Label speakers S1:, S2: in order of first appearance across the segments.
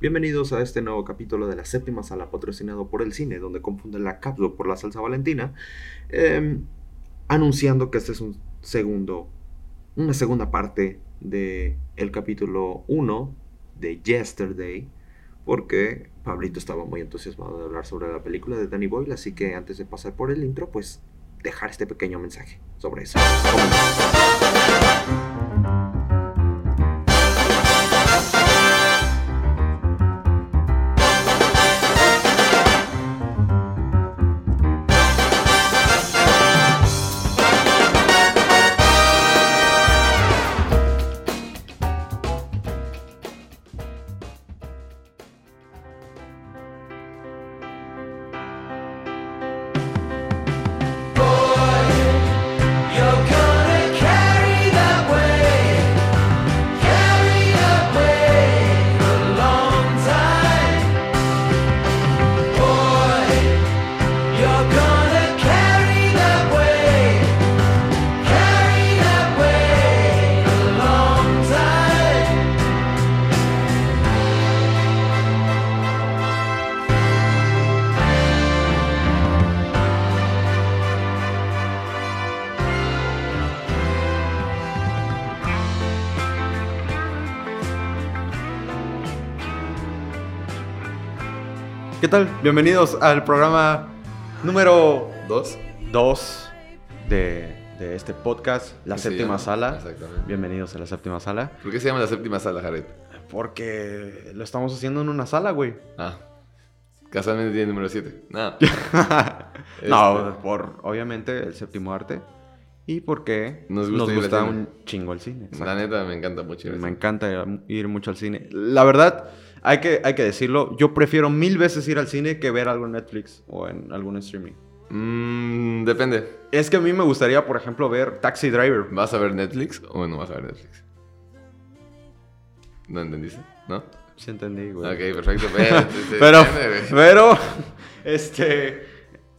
S1: Bienvenidos a este nuevo capítulo de la séptima sala patrocinado por el cine, donde confunden la cápsula por la salsa valentina, eh, anunciando que este es un segundo, una segunda parte de el capítulo 1 de Yesterday, porque Pablito estaba muy entusiasmado de hablar sobre la película de Danny Boyle, así que antes de pasar por el intro, pues dejar este pequeño mensaje sobre eso. Comenzamos.
S2: You're gonna carry that weight, carry that weight a long time, boy. You're gonna carry that weight, carry that weight a long time.
S3: ¿Qué tal? Bienvenidos al programa número 2 de, de este podcast, La
S4: ¿Qué se
S3: Séptima
S4: llama?
S3: Sala.
S4: Exactamente.
S3: Bienvenidos a La Séptima Sala.
S4: ¿Por qué se llama la séptima sala, Jared?
S3: Porque lo estamos haciendo en una sala, güey.
S4: Ah. Casualmente tiene número 7. No.
S3: no,
S4: Este.
S3: por obviamente el séptimo arte. Y porque
S4: Nos gusta ir al cine.
S3: un chingo el cine.
S4: la neta me encanta mucho.
S3: Me encanta ir mucho al cine. La verdad, hay que, hay que decirlo, yo prefiero mil veces ir al cine que ver algo en Netflix o en algún streaming.
S4: Mm, depende.
S3: Es que a mí me gustaría, por ejemplo, ver Taxi Driver.
S4: ¿Vas a ver Netflix o no vas a ver Netflix? ¿No entendiste? ¿No?
S3: Sí entendí, güey.
S4: Ok, perfecto. Pero,
S3: Pero, pero, este...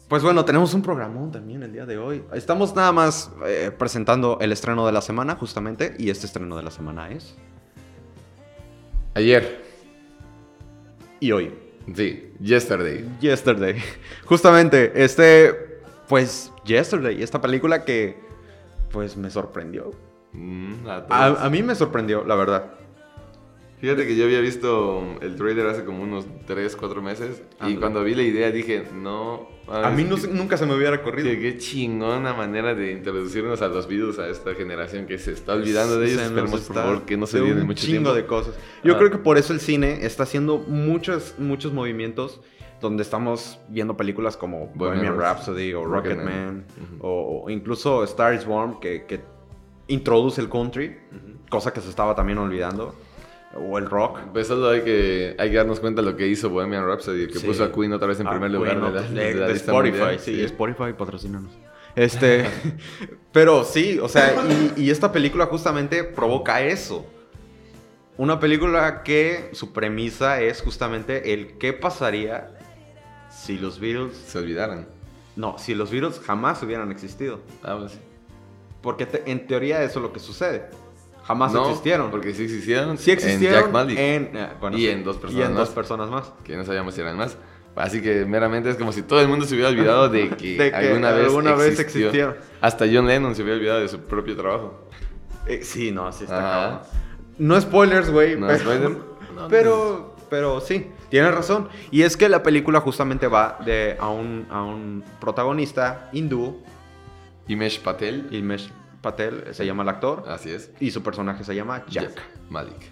S3: Pues bueno, tenemos un programón también el día de hoy. Estamos nada más eh, presentando el estreno de la semana, justamente. Y este estreno de la semana es...
S4: Ayer.
S3: Y hoy.
S4: Sí, yesterday.
S3: Yesterday. Justamente, este... Pues, Yesterday. Esta película que... Pues me sorprendió.
S4: Mm, a todos.
S3: A, a mí me sorprendió, la verdad.
S4: Fíjate que yo había visto el trailer hace como unos 3, 4 meses.
S3: Ándale.
S4: Y cuando vi la idea dije, no.
S3: A mí no
S4: mames,
S3: se- nunca se me hubiera ocurrido.
S4: Oye, qué chingona manera de introducirnos a los virus a esta generación que se está olvidando de
S3: Se
S4: ellos.
S3: nos
S4: Esperemos, por
S3: está
S4: favor, que no se
S3: de
S4: olviden
S3: un
S4: mucho tiempo.
S3: chingo de cosas. Yo
S4: Ah.
S3: creo que por eso el cine está haciendo muchos, muchos movimientos donde estamos viendo películas como
S4: Bohemian
S3: Bohemian Rhapsody o
S4: Rocketman.
S3: Rocketman
S4: Ujú.
S3: o, o incluso Star is Born que, que introduce el country, cosa que se estaba también olvidando, o el rock.
S4: Pues solo hay que, hay que darnos cuenta de lo que hizo Bohemian Rhapsody, que
S3: Sí.
S4: puso a Queen otra vez en
S3: Ah,
S4: primer lugar
S3: bueno,
S4: de la,
S3: de-
S4: pues, de la
S3: de
S4: lista
S3: Spotify,
S4: mundial.
S3: sí, Spotify patrocínanos. Este, pero sí, o sea, y, y esta película justamente provoca eso. Una película que su premisa es justamente el qué pasaría si los Beatles,
S4: Se olvidaron.
S3: no, si los Beatles jamás hubieran existido.
S4: Ah, pues sí.
S3: Porque te- en teoría eso es lo que sucede. Jamás
S4: No,
S3: existieron.
S4: Porque sí existieron.
S3: sí existieron
S4: En Jack Malik,
S3: en- eh, bueno,
S4: Y
S3: sí,
S4: en dos
S3: y
S4: personas
S3: en
S4: más.
S3: dos personas más.
S4: que no sabíamos si eran más. Así que meramente es como si todo el mundo se hubiera olvidado de que,
S3: De que
S4: alguna, vez,
S3: alguna vez
S4: existió.
S3: existieron.
S4: Hasta John Lennon se hubiera olvidado de su propio trabajo.
S3: Eh, sí, no, sí está
S4: Ajá.
S3: cabrón. No spoilers, güey.
S4: No,
S3: pero,
S4: spoiler. No,
S3: pero, pero sí, tienes razón. Y es que la película justamente va de a un, a un protagonista hindú,
S4: Imesh Patel.
S3: Ilmesh Patel, se llama el actor,
S4: Así es.
S3: y su personaje se llama Jack.
S4: Malik.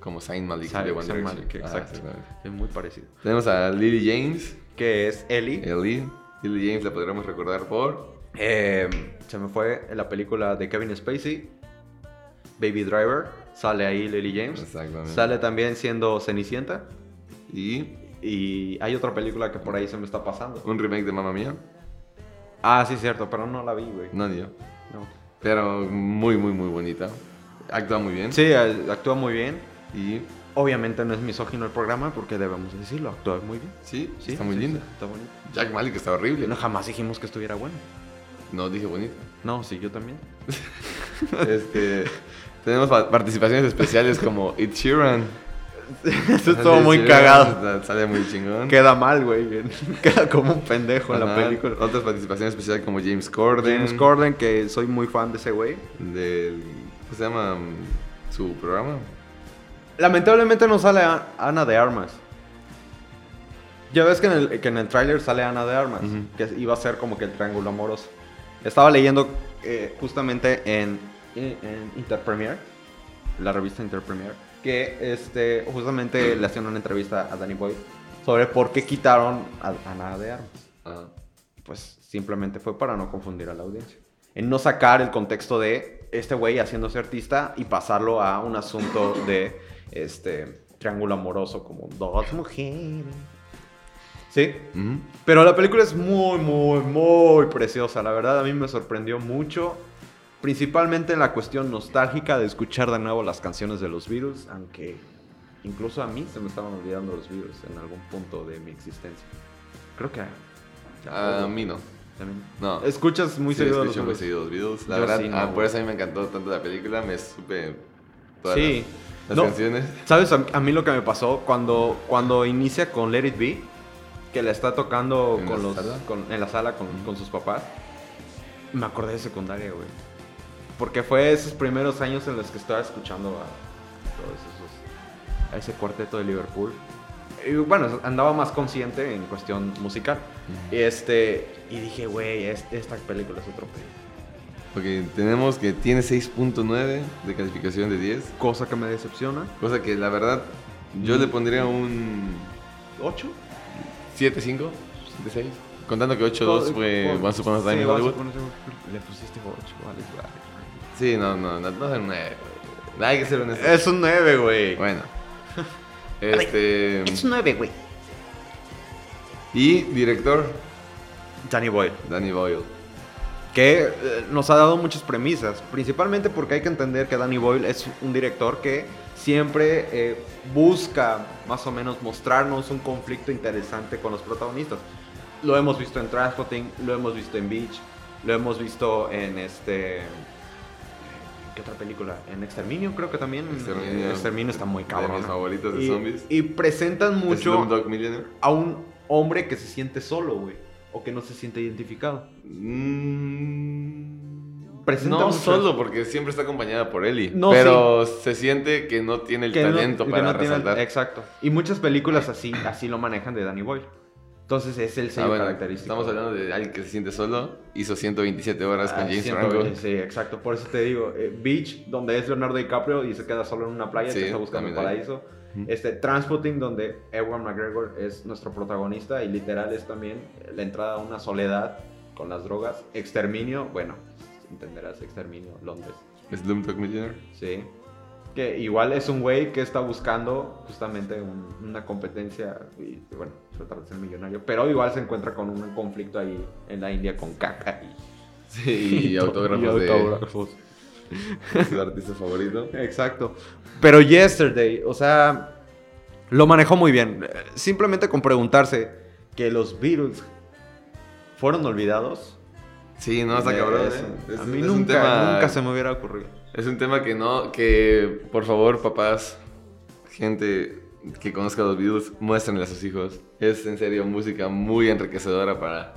S4: Como Saint Malik
S3: Sabe-
S4: de One
S3: Sam
S4: Direction.
S3: Malik,
S4: Ah,
S3: exacto.
S4: exactamente.
S3: es muy parecido.
S4: Tenemos a Lily James.
S3: Que es Ellie.
S4: Ellie. Lily James la podremos recordar por.
S3: Eh, se me fue la película de Kevin Spacey, Baby Driver. Sale ahí Lily James.
S4: Exactamente.
S3: Sale también siendo Cenicienta.
S4: Y
S3: Y hay otra película que por ahí se me está pasando.
S4: un remake de Mamma Mía.
S3: Ah, sí, cierto, pero no la vi, güey.
S4: No, ni yo.
S3: No.
S4: Pero muy, muy, muy bonita. Actúa muy bien.
S3: Sí, eh, actúa muy bien.
S4: Y
S3: Obviamente no es misógino el programa porque debemos decirlo, actúa muy bien.
S4: sí,
S3: Sí,
S4: está muy
S3: sí,
S4: linda.
S3: sí, Está bonito.
S4: Jack Malik está horrible.
S3: No,
S4: No,
S3: jamás dijimos que estuviera bueno.
S4: dije bonita.
S3: No, sí, yo también.
S4: este, tenemos pa- participaciones especiales como Ed Sheeran.
S3: Eso estuvo muy cagado.
S4: Sale muy chingón.
S3: Queda mal, güey. Queda como un pendejo en la
S4: Ajá.
S3: película. Mm.
S4: Otras participaciones especiales como James Corden.
S3: James Corden, que soy muy fan de ese güey.
S4: Del. ¿Cómo se llama? mm, Su programa.
S3: Lamentablemente no sale a- Ana de Armas. Ya ves que en el, que en el tráiler sale Ana de Armas,
S4: Ujú.
S3: que iba a ser como que el triángulo amoroso. Estaba leyendo eh, justamente en, en- en Interpremier, la revista Interpremier, que este, justamente le hacían una entrevista a Danny Boyd sobre por qué quitaron a a Ana de Armas
S4: Ajá.
S3: pues simplemente fue para no confundir a la audiencia. En no sacar el contexto de este güey haciéndose artista y pasarlo a un asunto de este triángulo amoroso como dos mujeres. Sí,
S4: Ujú.
S3: pero la película es muy, muy, muy preciosa. La verdad, a mí me sorprendió mucho. Principalmente en la cuestión nostálgica de escuchar de nuevo las canciones de los Beatles, aunque incluso a mí se me estaban olvidando los Beatles en algún punto de mi existencia. Creo que.
S4: A mí no.
S3: También.
S4: No.
S3: Escuchas muy
S4: Sí,
S3: seguido los
S4: escucho muy
S3: Beatles.
S4: seguido los Beatles. La
S3: Yo
S4: verdad,
S3: sí, no,
S4: ah, por
S3: güey.
S4: eso a mí me encantó tanto la película. Me supe todas
S3: Sí.
S4: las, las
S3: No.
S4: canciones.
S3: ¿Sabes a, a mí lo que me pasó cuando, cuando inicia con Let It Be? Que la está tocando
S4: ¿En
S3: con
S4: la
S3: los,
S4: sala?
S3: con- en la sala con, con sus papás. Me acordé de secundaria, güey. Porque fue esos primeros años en los que estaba escuchando a todos esos- a ese cuarteto de Liverpool. Y bueno, andaba más consciente en cuestión musical. Y, este, y dije, güey, es- esta película es otro pedo.
S4: Porque tenemos que tiene 6.9 de calificación de 10.
S3: Cosa que me decepciona.
S4: Cosa que la verdad yo le pondría un
S3: ¿Ocho?
S4: 7.5 de 6. Contando que 8.2 fue Once Upon a Time in Hollywood.
S3: Le pusiste 8,
S4: Sí, no, no, no, no es un 9. Hay que ser honesto.
S3: Es un 9, güey.
S4: Bueno. Este.
S3: Es un 9, güey.
S4: Y director,
S3: Danny Boyle.
S4: Danny Boyle.
S3: Que eh, nos ha dado muchas premisas. Principalmente porque hay que entender que Danny Boyle es un director que siempre eh, busca más o menos mostrarnos un conflicto interesante con los protagonistas. Lo hemos visto en Transporting, lo hemos visto en Beach, lo hemos visto en este. ¿Qué otra película? En Exterminio, creo que también.
S4: Exterminio.
S3: Exterminio está muy
S4: De
S3: cabrón.
S4: mis favoritos de
S3: y,
S4: zombies.
S3: Y presentan mucho
S4: Slumdog Millionaire.
S3: a un hombre que se siente solo, güey. O que no se siente identificado.
S4: Mm,
S3: Presenta
S4: no
S3: mucho-
S4: solo, porque siempre está acompañada por Eli.
S3: No,
S4: pero se siente que no tiene el
S3: Que no-
S4: talento
S3: que
S4: para
S3: no tiene el-
S4: resaltar.
S3: exacto. Y muchas películas así, así lo manejan de Danny Boyle. Entonces es el
S4: Ah,
S3: sello
S4: bueno,
S3: característico.
S4: Estamos hablando de alguien que se siente solo. Hizo 127 horas con
S3: Ah,
S4: James
S3: siento que-
S4: Franco.
S3: Sí, exacto. Por eso te digo, eh, Beach, donde es Leonardo DiCaprio y se queda solo en una playa,
S4: Sí,
S3: que está buscando el
S4: también hay.
S3: paraíso.
S4: Ujú.
S3: Este, Transporting, donde Ewan McGregor es nuestro protagonista y literal es también eh, la entrada a una soledad con las drogas. Exterminio, bueno, entenderás, Exterminio, Londres.
S4: Slumdog Millionaire.
S3: Sí. Que igual es un güey que está buscando justamente un- una competencia y bueno, tratar de ser millonario. Pero igual se encuentra con un conflicto ahí en la India con caca y,
S4: Sí, y autógrafos
S3: y
S4: de
S3: autógrafos.
S4: su artista favorito.
S3: Exacto. Pero Yesterday, o sea, lo manejó muy bien. Eh, Simplemente con preguntarse que los Beatles fueron olvidados.
S4: Sí, no, está
S3: Eh,
S4: cabrón.
S3: es-
S4: eh. Es-
S3: a mí
S4: es
S3: nunca,
S4: un tema-
S3: nunca se me hubiera ocurrido.
S4: Es un tema que no, que por favor, papás, gente que conozca los Beatles, muéstrenle a sus hijos. Es en serio música muy enriquecedora para,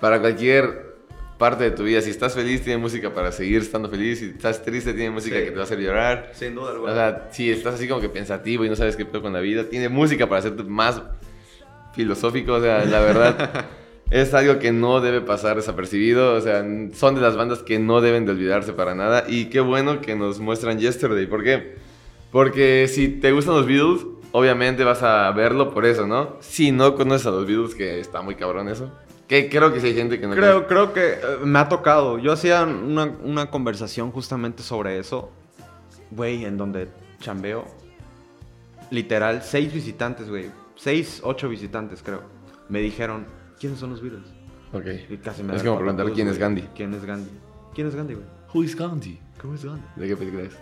S4: para cualquier parte de tu vida. Si estás feliz, tiene música para seguir estando feliz. Si estás triste, tiene música
S3: Sí.
S4: que te va a hacer llorar.
S3: Sin duda
S4: O sea, si estás así como que pensativo y no sabes qué pedo con la vida, tiene música para hacerte más filosófico. O sea, la verdad, es algo que no debe pasar desapercibido. O sea, n- son de las bandas que no deben de olvidarse para nada. Y qué bueno que nos muestran Yesterday. ¿Por qué? Porque si te gustan los Beatles, obviamente vas a verlo por eso, ¿no? Si no conoces a los Beatles, que está muy cabrón eso. Que creo que sí hay gente que no
S3: Creo, creo que eh, me ha tocado. Yo hacía una, una conversación justamente sobre eso, güey, en donde chambeo. Literal, seis visitantes, güey. Seis, ocho visitantes, creo. Me dijeron, ¿quiénes son los Beatles?
S4: conoce.
S3: Y
S4: Ok.
S3: casi me
S4: Es
S3: da el
S4: como preguntar,
S3: patatús,
S4: ¿quién es
S3: güey.
S4: Gandhi?
S3: ¿Quién es Gandhi? ¿Quién es Gandhi, güey?
S4: Who is Gandhi?
S3: ¿Cómo es Gandhi?
S4: ¿De qué película es?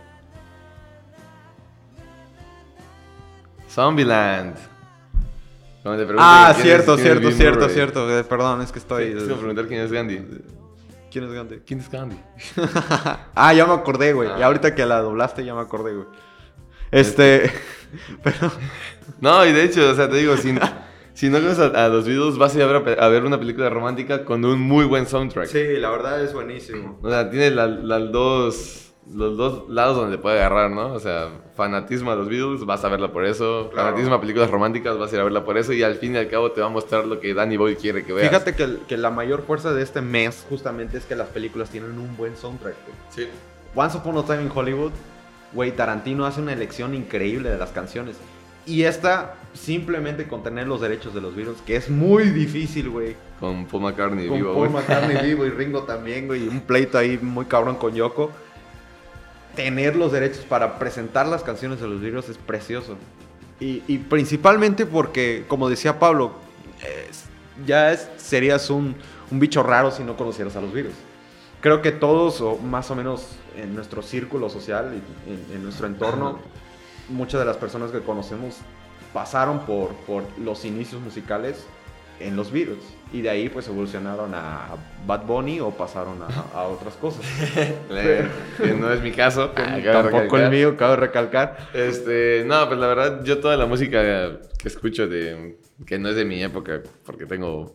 S4: Zombieland. Cuando te preguntan
S3: Ah,
S4: quién es-
S3: cierto,
S4: quién es
S3: cierto,
S4: Bill
S3: cierto,
S4: Murray.
S3: cierto. Eh, Perdón, es que
S4: Sí,
S3: estoy.
S4: Es como preguntar quién es Gandhi.
S3: ¿Quién es Gandhi?
S4: ¿Quién es Gandhi?
S3: Ah, ya me acordé, güey.
S4: Ah.
S3: Y ahorita que la doblaste ya me acordé, güey. Este. Pero.
S4: No, y de hecho, o sea, te digo, si, si no conoces a, a los Beatles, vas a ir a ver, a pe- a ver una película romántica con un muy buen soundtrack.
S3: Sí, la verdad es buenísimo.
S4: O sea, tiene las dos, los dos lados donde le puede agarrar, ¿no? O sea, fanatismo a los Beatles, vas a verla por eso.
S3: Claro.
S4: Fanatismo a películas románticas, vas a ir a verla por eso. Y al fin y al cabo te va a mostrar lo que Danny Boyle quiere que veas.
S3: Fíjate que, que la mayor fuerza de este mes justamente es que las películas tienen un buen soundtrack. güey.
S4: Sí.
S3: Once Upon a Time in Hollywood, güey, Tarantino hace una elección increíble de las canciones. Y esta, simplemente con tener los derechos de los Beatles, que es muy difícil, güey.
S4: Con Paul McCartney
S3: Con
S4: vivo,
S3: Paul
S4: güey.
S3: McCartney vivo y Ringo también, güey. Y un pleito ahí muy cabrón con Yoko. Tener los derechos para presentar las canciones de los Beatles es precioso. Y, y principalmente porque, como decía Pablo, es- ya es- serías un, un bicho raro si no conocieras a los Beatles. Creo que todos, o más o menos en nuestro círculo social, y en, en nuestro entorno, muchas de las personas que conocemos pasaron por, por los inicios musicales en los Beatles. Y de ahí pues evolucionaron a Bad Bunny o pasaron a, a otras cosas.
S4: Eh, Que no es mi caso. Ah, cabe
S3: Tampoco el
S4: recalcar.
S3: mío, cabe recalcar.
S4: Este, no, pues la verdad, yo toda la música que escucho de. que no es de mi época, porque tengo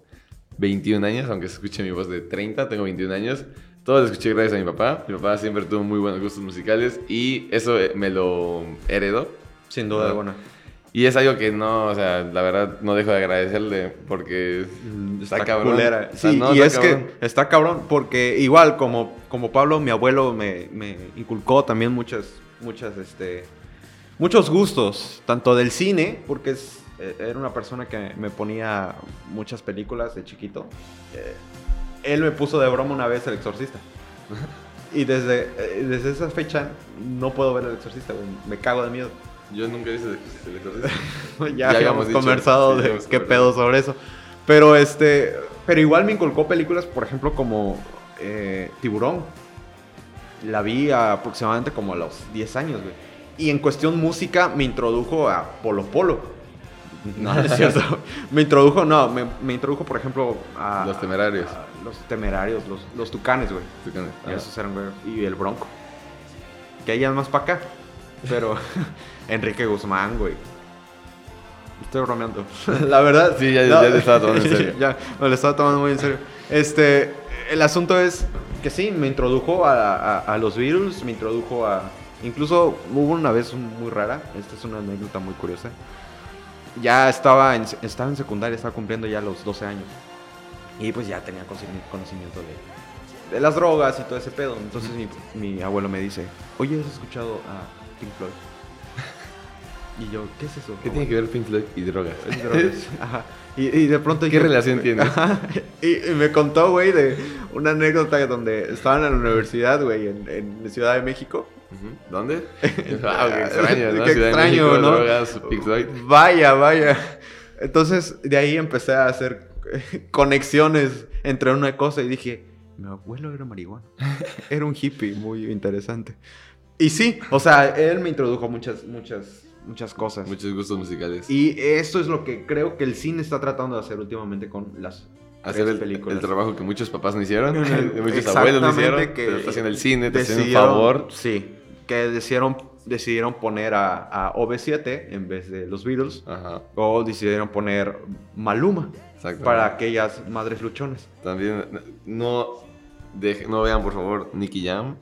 S4: 21 años, aunque se escuche mi voz de 30, tengo 21 años. Todo lo escuché gracias a mi papá. Mi papá siempre tuvo muy buenos gustos musicales y eso eh, me lo heredó.
S3: Sin duda
S4: Ah.
S3: alguna.
S4: Y es algo que no, o sea, la verdad, no dejo de agradecerle porque. Está cabrón.
S3: culera.
S4: O
S3: Mm, Sí,
S4: sea, no,
S3: y
S4: está
S3: es
S4: cabrón.
S3: que está cabrón porque igual como, como Pablo, mi abuelo me, me inculcó también muchas, muchas, este, muchos gustos, tanto del cine, porque es, eh, era una persona que me ponía muchas películas de chiquito. Eh, él me puso de broma una vez El Exorcista. Y desde, eh, desde esa fecha no puedo ver El Exorcista, güey. Me cago de miedo.
S4: Yo nunca hice el- el exorcista.
S3: ya, habíamos
S4: habíamos dicho,
S3: conversado
S4: sí,
S3: de
S4: habíamos
S3: qué
S4: conversado.
S3: pedo sobre eso. Pero este, pero igual me inculcó películas, por ejemplo, como eh, Tiburón. La vi aproximadamente como a los 10 años, güey. Y en cuestión música me introdujo a Polo Polo. No, no es cierto. me introdujo, no, me, me introdujo, por ejemplo, a...
S4: Los Temerarios.
S3: a los temerarios, los, los tucanes, güey.
S4: Tú con-
S3: Y
S4: Ah.
S3: esos eran, güey, Y el Bronco. Que hay más para acá. Pero Enrique Guzmán, güey. Estoy bromeando. La verdad.
S4: Sí, ya- ya le estaba tomando en serio.
S3: ya, me lo estaba tomando muy en serio. Este, el asunto es que sí, me introdujo a, a- a los Beatles, me introdujo a... Incluso hubo una vez un- muy rara, esta es una anécdota muy curiosa. Ya estaba en, estaba en secundaria, estaba cumpliendo ya los 12 años. Y pues ya tenía conocimiento- conocimiento de, de las drogas y todo ese pedo. Entonces mi, mi abuelo me dice, oye, ¿has escuchado a Pink Floyd? Y yo, ¿qué es eso?
S4: ¿Qué tiene que ver Pink Floyd y drogas?
S3: Drogas. Ajá. Y, y de pronto...
S4: ¿Qué
S3: yo-
S4: relación tiene?
S3: Ajá. Y, y me contó, güey, de una anécdota donde estaban en la universidad, güey, en, en Ciudad de México.
S4: Ujú. ¿Dónde? ah, qué extraño, ¿no?
S3: Qué
S4: Ciudad de
S3: extraño,
S4: México,
S3: ¿no?
S4: drogas, Pink Floyd.
S3: Vaya, vaya. Entonces, de ahí empecé a hacer conexiones entre una cosa y dije, mi abuelo era marihuana. Era un hippie muy interesante. Y sí, o sea, él me introdujo muchas, muchas, muchas cosas.
S4: Muchos gustos musicales.
S3: Y esto es lo que creo que el cine está tratando de hacer últimamente con las
S4: hacer
S3: tres
S4: el,
S3: películas.
S4: el trabajo que muchos papás no hicieron, que muchos
S3: Exactamente
S4: abuelos no hicieron,
S3: que
S4: que está haciendo el cine, te está haciendo
S3: decidieron-
S4: un favor.
S3: Sí, que decidieron, decidieron poner a, a OV7 en vez de los Beatles.
S4: Ajá,
S3: O decidieron poner Maluma
S4: exacto.
S3: para aquellas madres luchones.
S4: También, no, deje- no vean, por favor, Nicky Jam.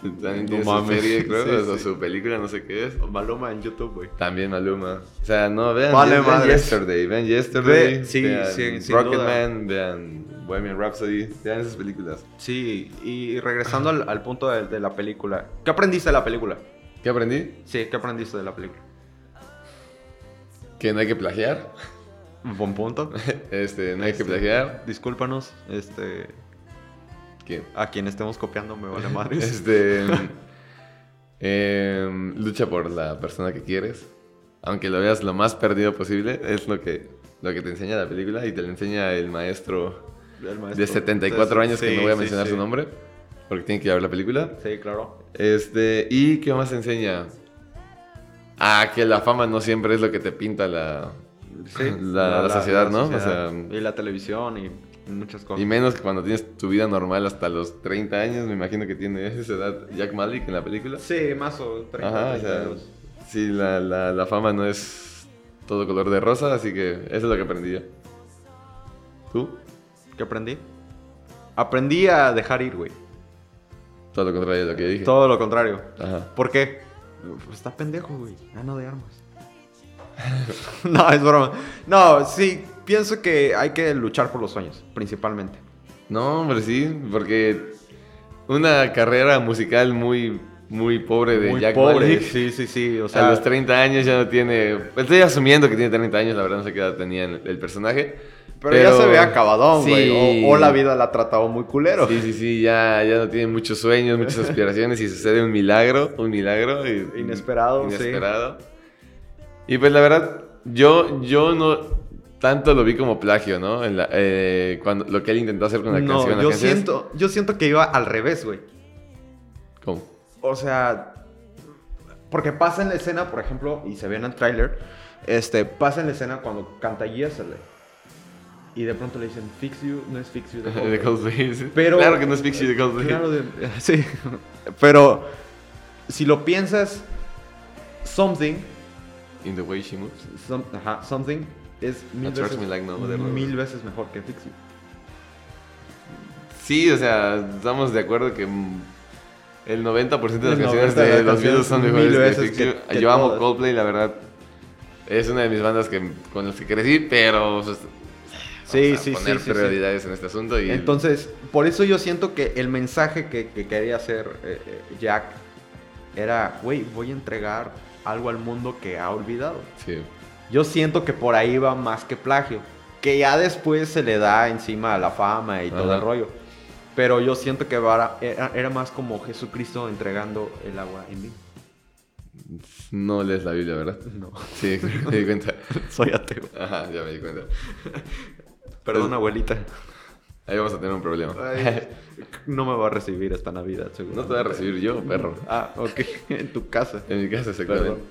S4: También
S3: No
S4: tiene su
S3: mames.
S4: serie, creo,
S3: Sí,
S4: o sea,
S3: sí.
S4: su película, no sé qué es.
S3: Maluma en YouTube, güey.
S4: También Maluma. O sea, no, vean,
S3: Vale,
S4: vean
S3: madre.
S4: Yesterday, vean Yesterday,
S3: Ve- sí,
S4: vean
S3: sí, sin
S4: Rocketman, vean Bohemian Rhapsody, vean esas películas.
S3: Sí, y regresando al, al punto de, de la película. ¿Qué aprendiste de la película?
S4: ¿Qué aprendí?
S3: Sí, ¿qué aprendiste de la película?
S4: Que no hay que plagiar,
S3: Buen punto.
S4: este, no hay que plagiar,
S3: Discúlpanos, este,
S4: que
S3: a quien estemos copiando me vale madres.
S4: Este. em, lucha por la persona que quieres. Aunque lo veas lo más perdido posible, es lo que, lo que te enseña la película y te lo enseña el maestro
S3: El maestro.
S4: de 74 años, que
S3: Sí,
S4: no voy a
S3: sí,
S4: mencionar
S3: sí.
S4: su nombre, porque tiene que ir a ver la película.
S3: Sí, claro.
S4: Este, ¿y qué más te enseña? Ah, que la fama no siempre es lo que te pinta la,
S3: Sí,
S4: la- la sociedad, ¿no? O
S3: sociedad.
S4: sea-
S3: y la televisión y muchas cosas.
S4: Y menos que cuando tienes tu vida normal hasta los 30 años, me imagino que tiene esa edad Jack Malik en la película.
S3: Sí, más o 30.
S4: Ajá, o sea,
S3: 32.
S4: Sí, la, la- la fama no es todo color de rosa, así que eso es lo que aprendí yo. ¿Tú?
S3: ¿Qué aprendí? Aprendí a dejar ir, güey.
S4: Todo lo contrario de lo que yo dije.
S3: Todo lo contrario.
S4: Ajá.
S3: ¿Por qué? Pues está pendejo, güey. Ano de armas. no, es broma. No, sí, pienso que hay que luchar por los sueños, principalmente.
S4: No, hombre, sí, porque una carrera musical muy, muy pobre de
S3: Muy
S4: Jack
S3: pobre,
S4: Black.
S3: Sí, sí, sí. O
S4: O sea,
S3: sea,
S4: a los 30 años ya no tiene. Estoy asumiendo que tiene 30 años, la verdad no sé qué edad tenía el, el personaje.
S3: pero, ya se ve acabadón, güey.
S4: Sí.
S3: O, o la vida la ha tratado muy culero.
S4: Sí, sí, sí, ya, ya no tiene muchos sueños, muchas aspiraciones y sucede un milagro, un milagro. y-
S3: Inesperado, sí.
S4: Inesperado. Y pues la verdad, yo, yo no tanto lo vi como plagio, ¿no? En la- eh, cuando, lo que él intentó hacer con la
S3: no,
S4: canción. la
S3: yo
S4: canción es-
S3: siento, yo siento que iba al revés, güey.
S4: ¿Cómo?
S3: O sea, porque pasa en la escena, por ejemplo, y se ve en el tráiler, este, pasa en la escena cuando canta Yesterday. Y de pronto le dicen, fix you, no es fix you. de
S4: De
S3: Coldplay".
S4: Coldplay. sí.
S3: Pero-
S4: claro que no es Fix You de Coldplay.
S3: Claro, de- sí. Pero si lo piensas, something,
S4: In the way she moves.
S3: some- ajá, something es mil
S4: Attracts
S3: veces,
S4: me like no other.
S3: mil veces mejor que fix you.
S4: Sí, o sea, estamos de acuerdo que mm, el 90% de las
S3: El 90%
S4: canciones
S3: de
S4: de
S3: las
S4: los Beatles son
S3: canciones
S4: mejores
S3: mil
S4: que
S3: veces
S4: Fix
S3: que-
S4: You.
S3: que
S4: Yo amo
S3: todas.
S4: Coldplay, la verdad. Es una de mis bandas que, con las que crecí, pero pues,
S3: Sí,
S4: vamos a
S3: sí, sí,
S4: poner
S3: sí, sí.
S4: prioridades en este asunto y
S3: Entonces, por eso yo siento que el mensaje que, que quería hacer eh, eh, Jack era, güey, voy a entregar algo al mundo que ha olvidado.
S4: sí.
S3: Yo siento que por ahí va más que plagio, que ya después se le da encima a la fama y todo
S4: Ajá.
S3: el rollo. Pero yo siento que vara- era, era más como Jesucristo entregando el agua en mí.
S4: no lees la Biblia, ¿verdad?
S3: No,
S4: Sí, me di cuenta.
S3: soy ateo.
S4: Ajá, ya me di cuenta.
S3: Perdón, abuelita.
S4: Ahí vamos a tener un problema.
S3: Ay, no me va a recibir esta Navidad, seguro.
S4: No te voy a recibir yo, perro.
S3: Ah, ok, en tu casa.
S4: En mi casa,
S3: Perdón.
S4: exactamente.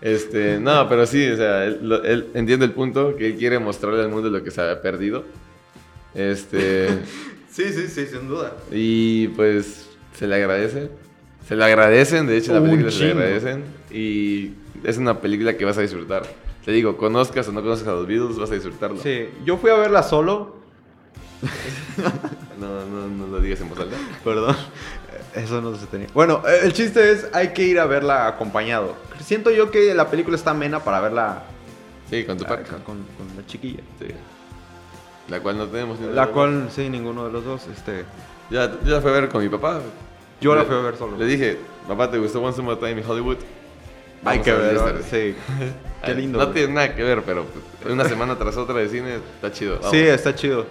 S4: Este, no, pero sí, o sea, él, lo- él entiende el punto que él quiere mostrarle al mundo lo que se había perdido. Este,
S3: Sí, sí, sí, sin duda.
S4: y pues se le agradece. Se le agradecen, de hecho, en la
S3: Un
S4: película se le
S3: chingo.
S4: agradecen. Y es una película que vas a disfrutar. Te digo, conozcas o no conozcas a los Beatles, vas a disfrutarlo.
S3: Sí, yo fui a verla solo.
S4: No, no, no lo digas en voz alta.
S3: Perdón. Eso no se tenía. Bueno, eh, el chiste es, hay que ir a verla acompañado. Siento yo que la película está amena para verla
S4: Sí, con tu
S3: ah,
S4: pareja.
S3: con, con la chiquilla.
S4: Sí. La cual no tenemos. ni
S3: La
S4: nada.
S3: cual, sí, ninguno de los dos. Este,
S4: Ya, yo la fui a ver con mi papá.
S3: yo la
S4: Le-
S3: fui a ver solo.
S4: Le dije, papá, ¿te gustó Once More Time in Hollywood?
S3: hay
S4: Vamos
S3: que
S4: a ver
S3: verla.
S4: esta".
S3: Sí. Qué lindo.
S4: No
S3: güey.
S4: tiene nada que ver, pero pues, una semana tras otra de cine está chido. vamos.
S3: Sí, está chido.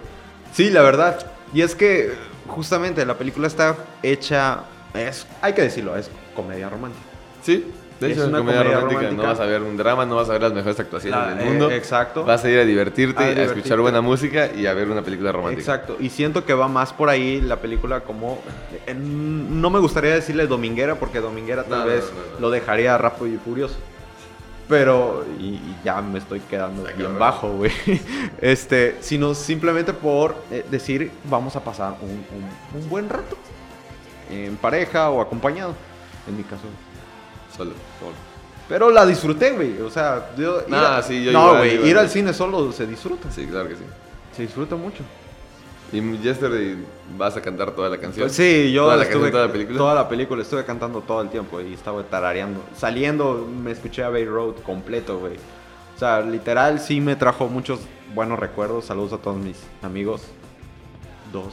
S3: Sí, la verdad. Y es que, justamente, la película está hecha. Es, hay que decirlo, es comedia romántica.
S4: Sí, de
S3: Es
S4: hecho, es una
S3: una
S4: comedia,
S3: comedia
S4: romántica.
S3: romántica.
S4: No vas a ver un drama, no vas a ver las mejores actuaciones
S3: La-
S4: del mundo.
S3: eh, exacto.
S4: Vas a ir a divertirte,
S3: A
S4: a,
S3: divertirte.
S4: escuchar buena música y a ver una película romántica.
S3: Exacto, y siento que va más por ahí la película como... en- No me gustaría decirle dominguera, porque dominguera tal
S4: No, no,
S3: vez
S4: no, no, no.
S3: lo dejaría rápido y furioso. Pero, y, y ya me estoy quedando
S4: Está
S3: bien
S4: cabrón.
S3: bajo, güey. Este, sino simplemente por eh, decir, vamos a pasar un, un- un buen rato. En pareja o acompañado, en mi caso.
S4: Solo.
S3: Pero la disfruté, güey. O sea, yo... ir
S4: Nah,
S3: a-
S4: Ah, sí, yo
S3: no,
S4: igual,
S3: güey,
S4: igual,
S3: ir al
S4: güey.
S3: cine solo se disfruta.
S4: Sí, claro que sí.
S3: Se disfruta mucho.
S4: Y Yesterday vas a cantar toda la canción.
S3: Pues sí, yo
S4: toda la
S3: estuve,
S4: canción, toda la película.
S3: toda la película estuve cantando todo el tiempo y estaba tarareando. Saliendo me escuché a Bay Road completo, güey. O sea, literal sí me trajo muchos buenos recuerdos. Saludos a todos mis amigos. Dos,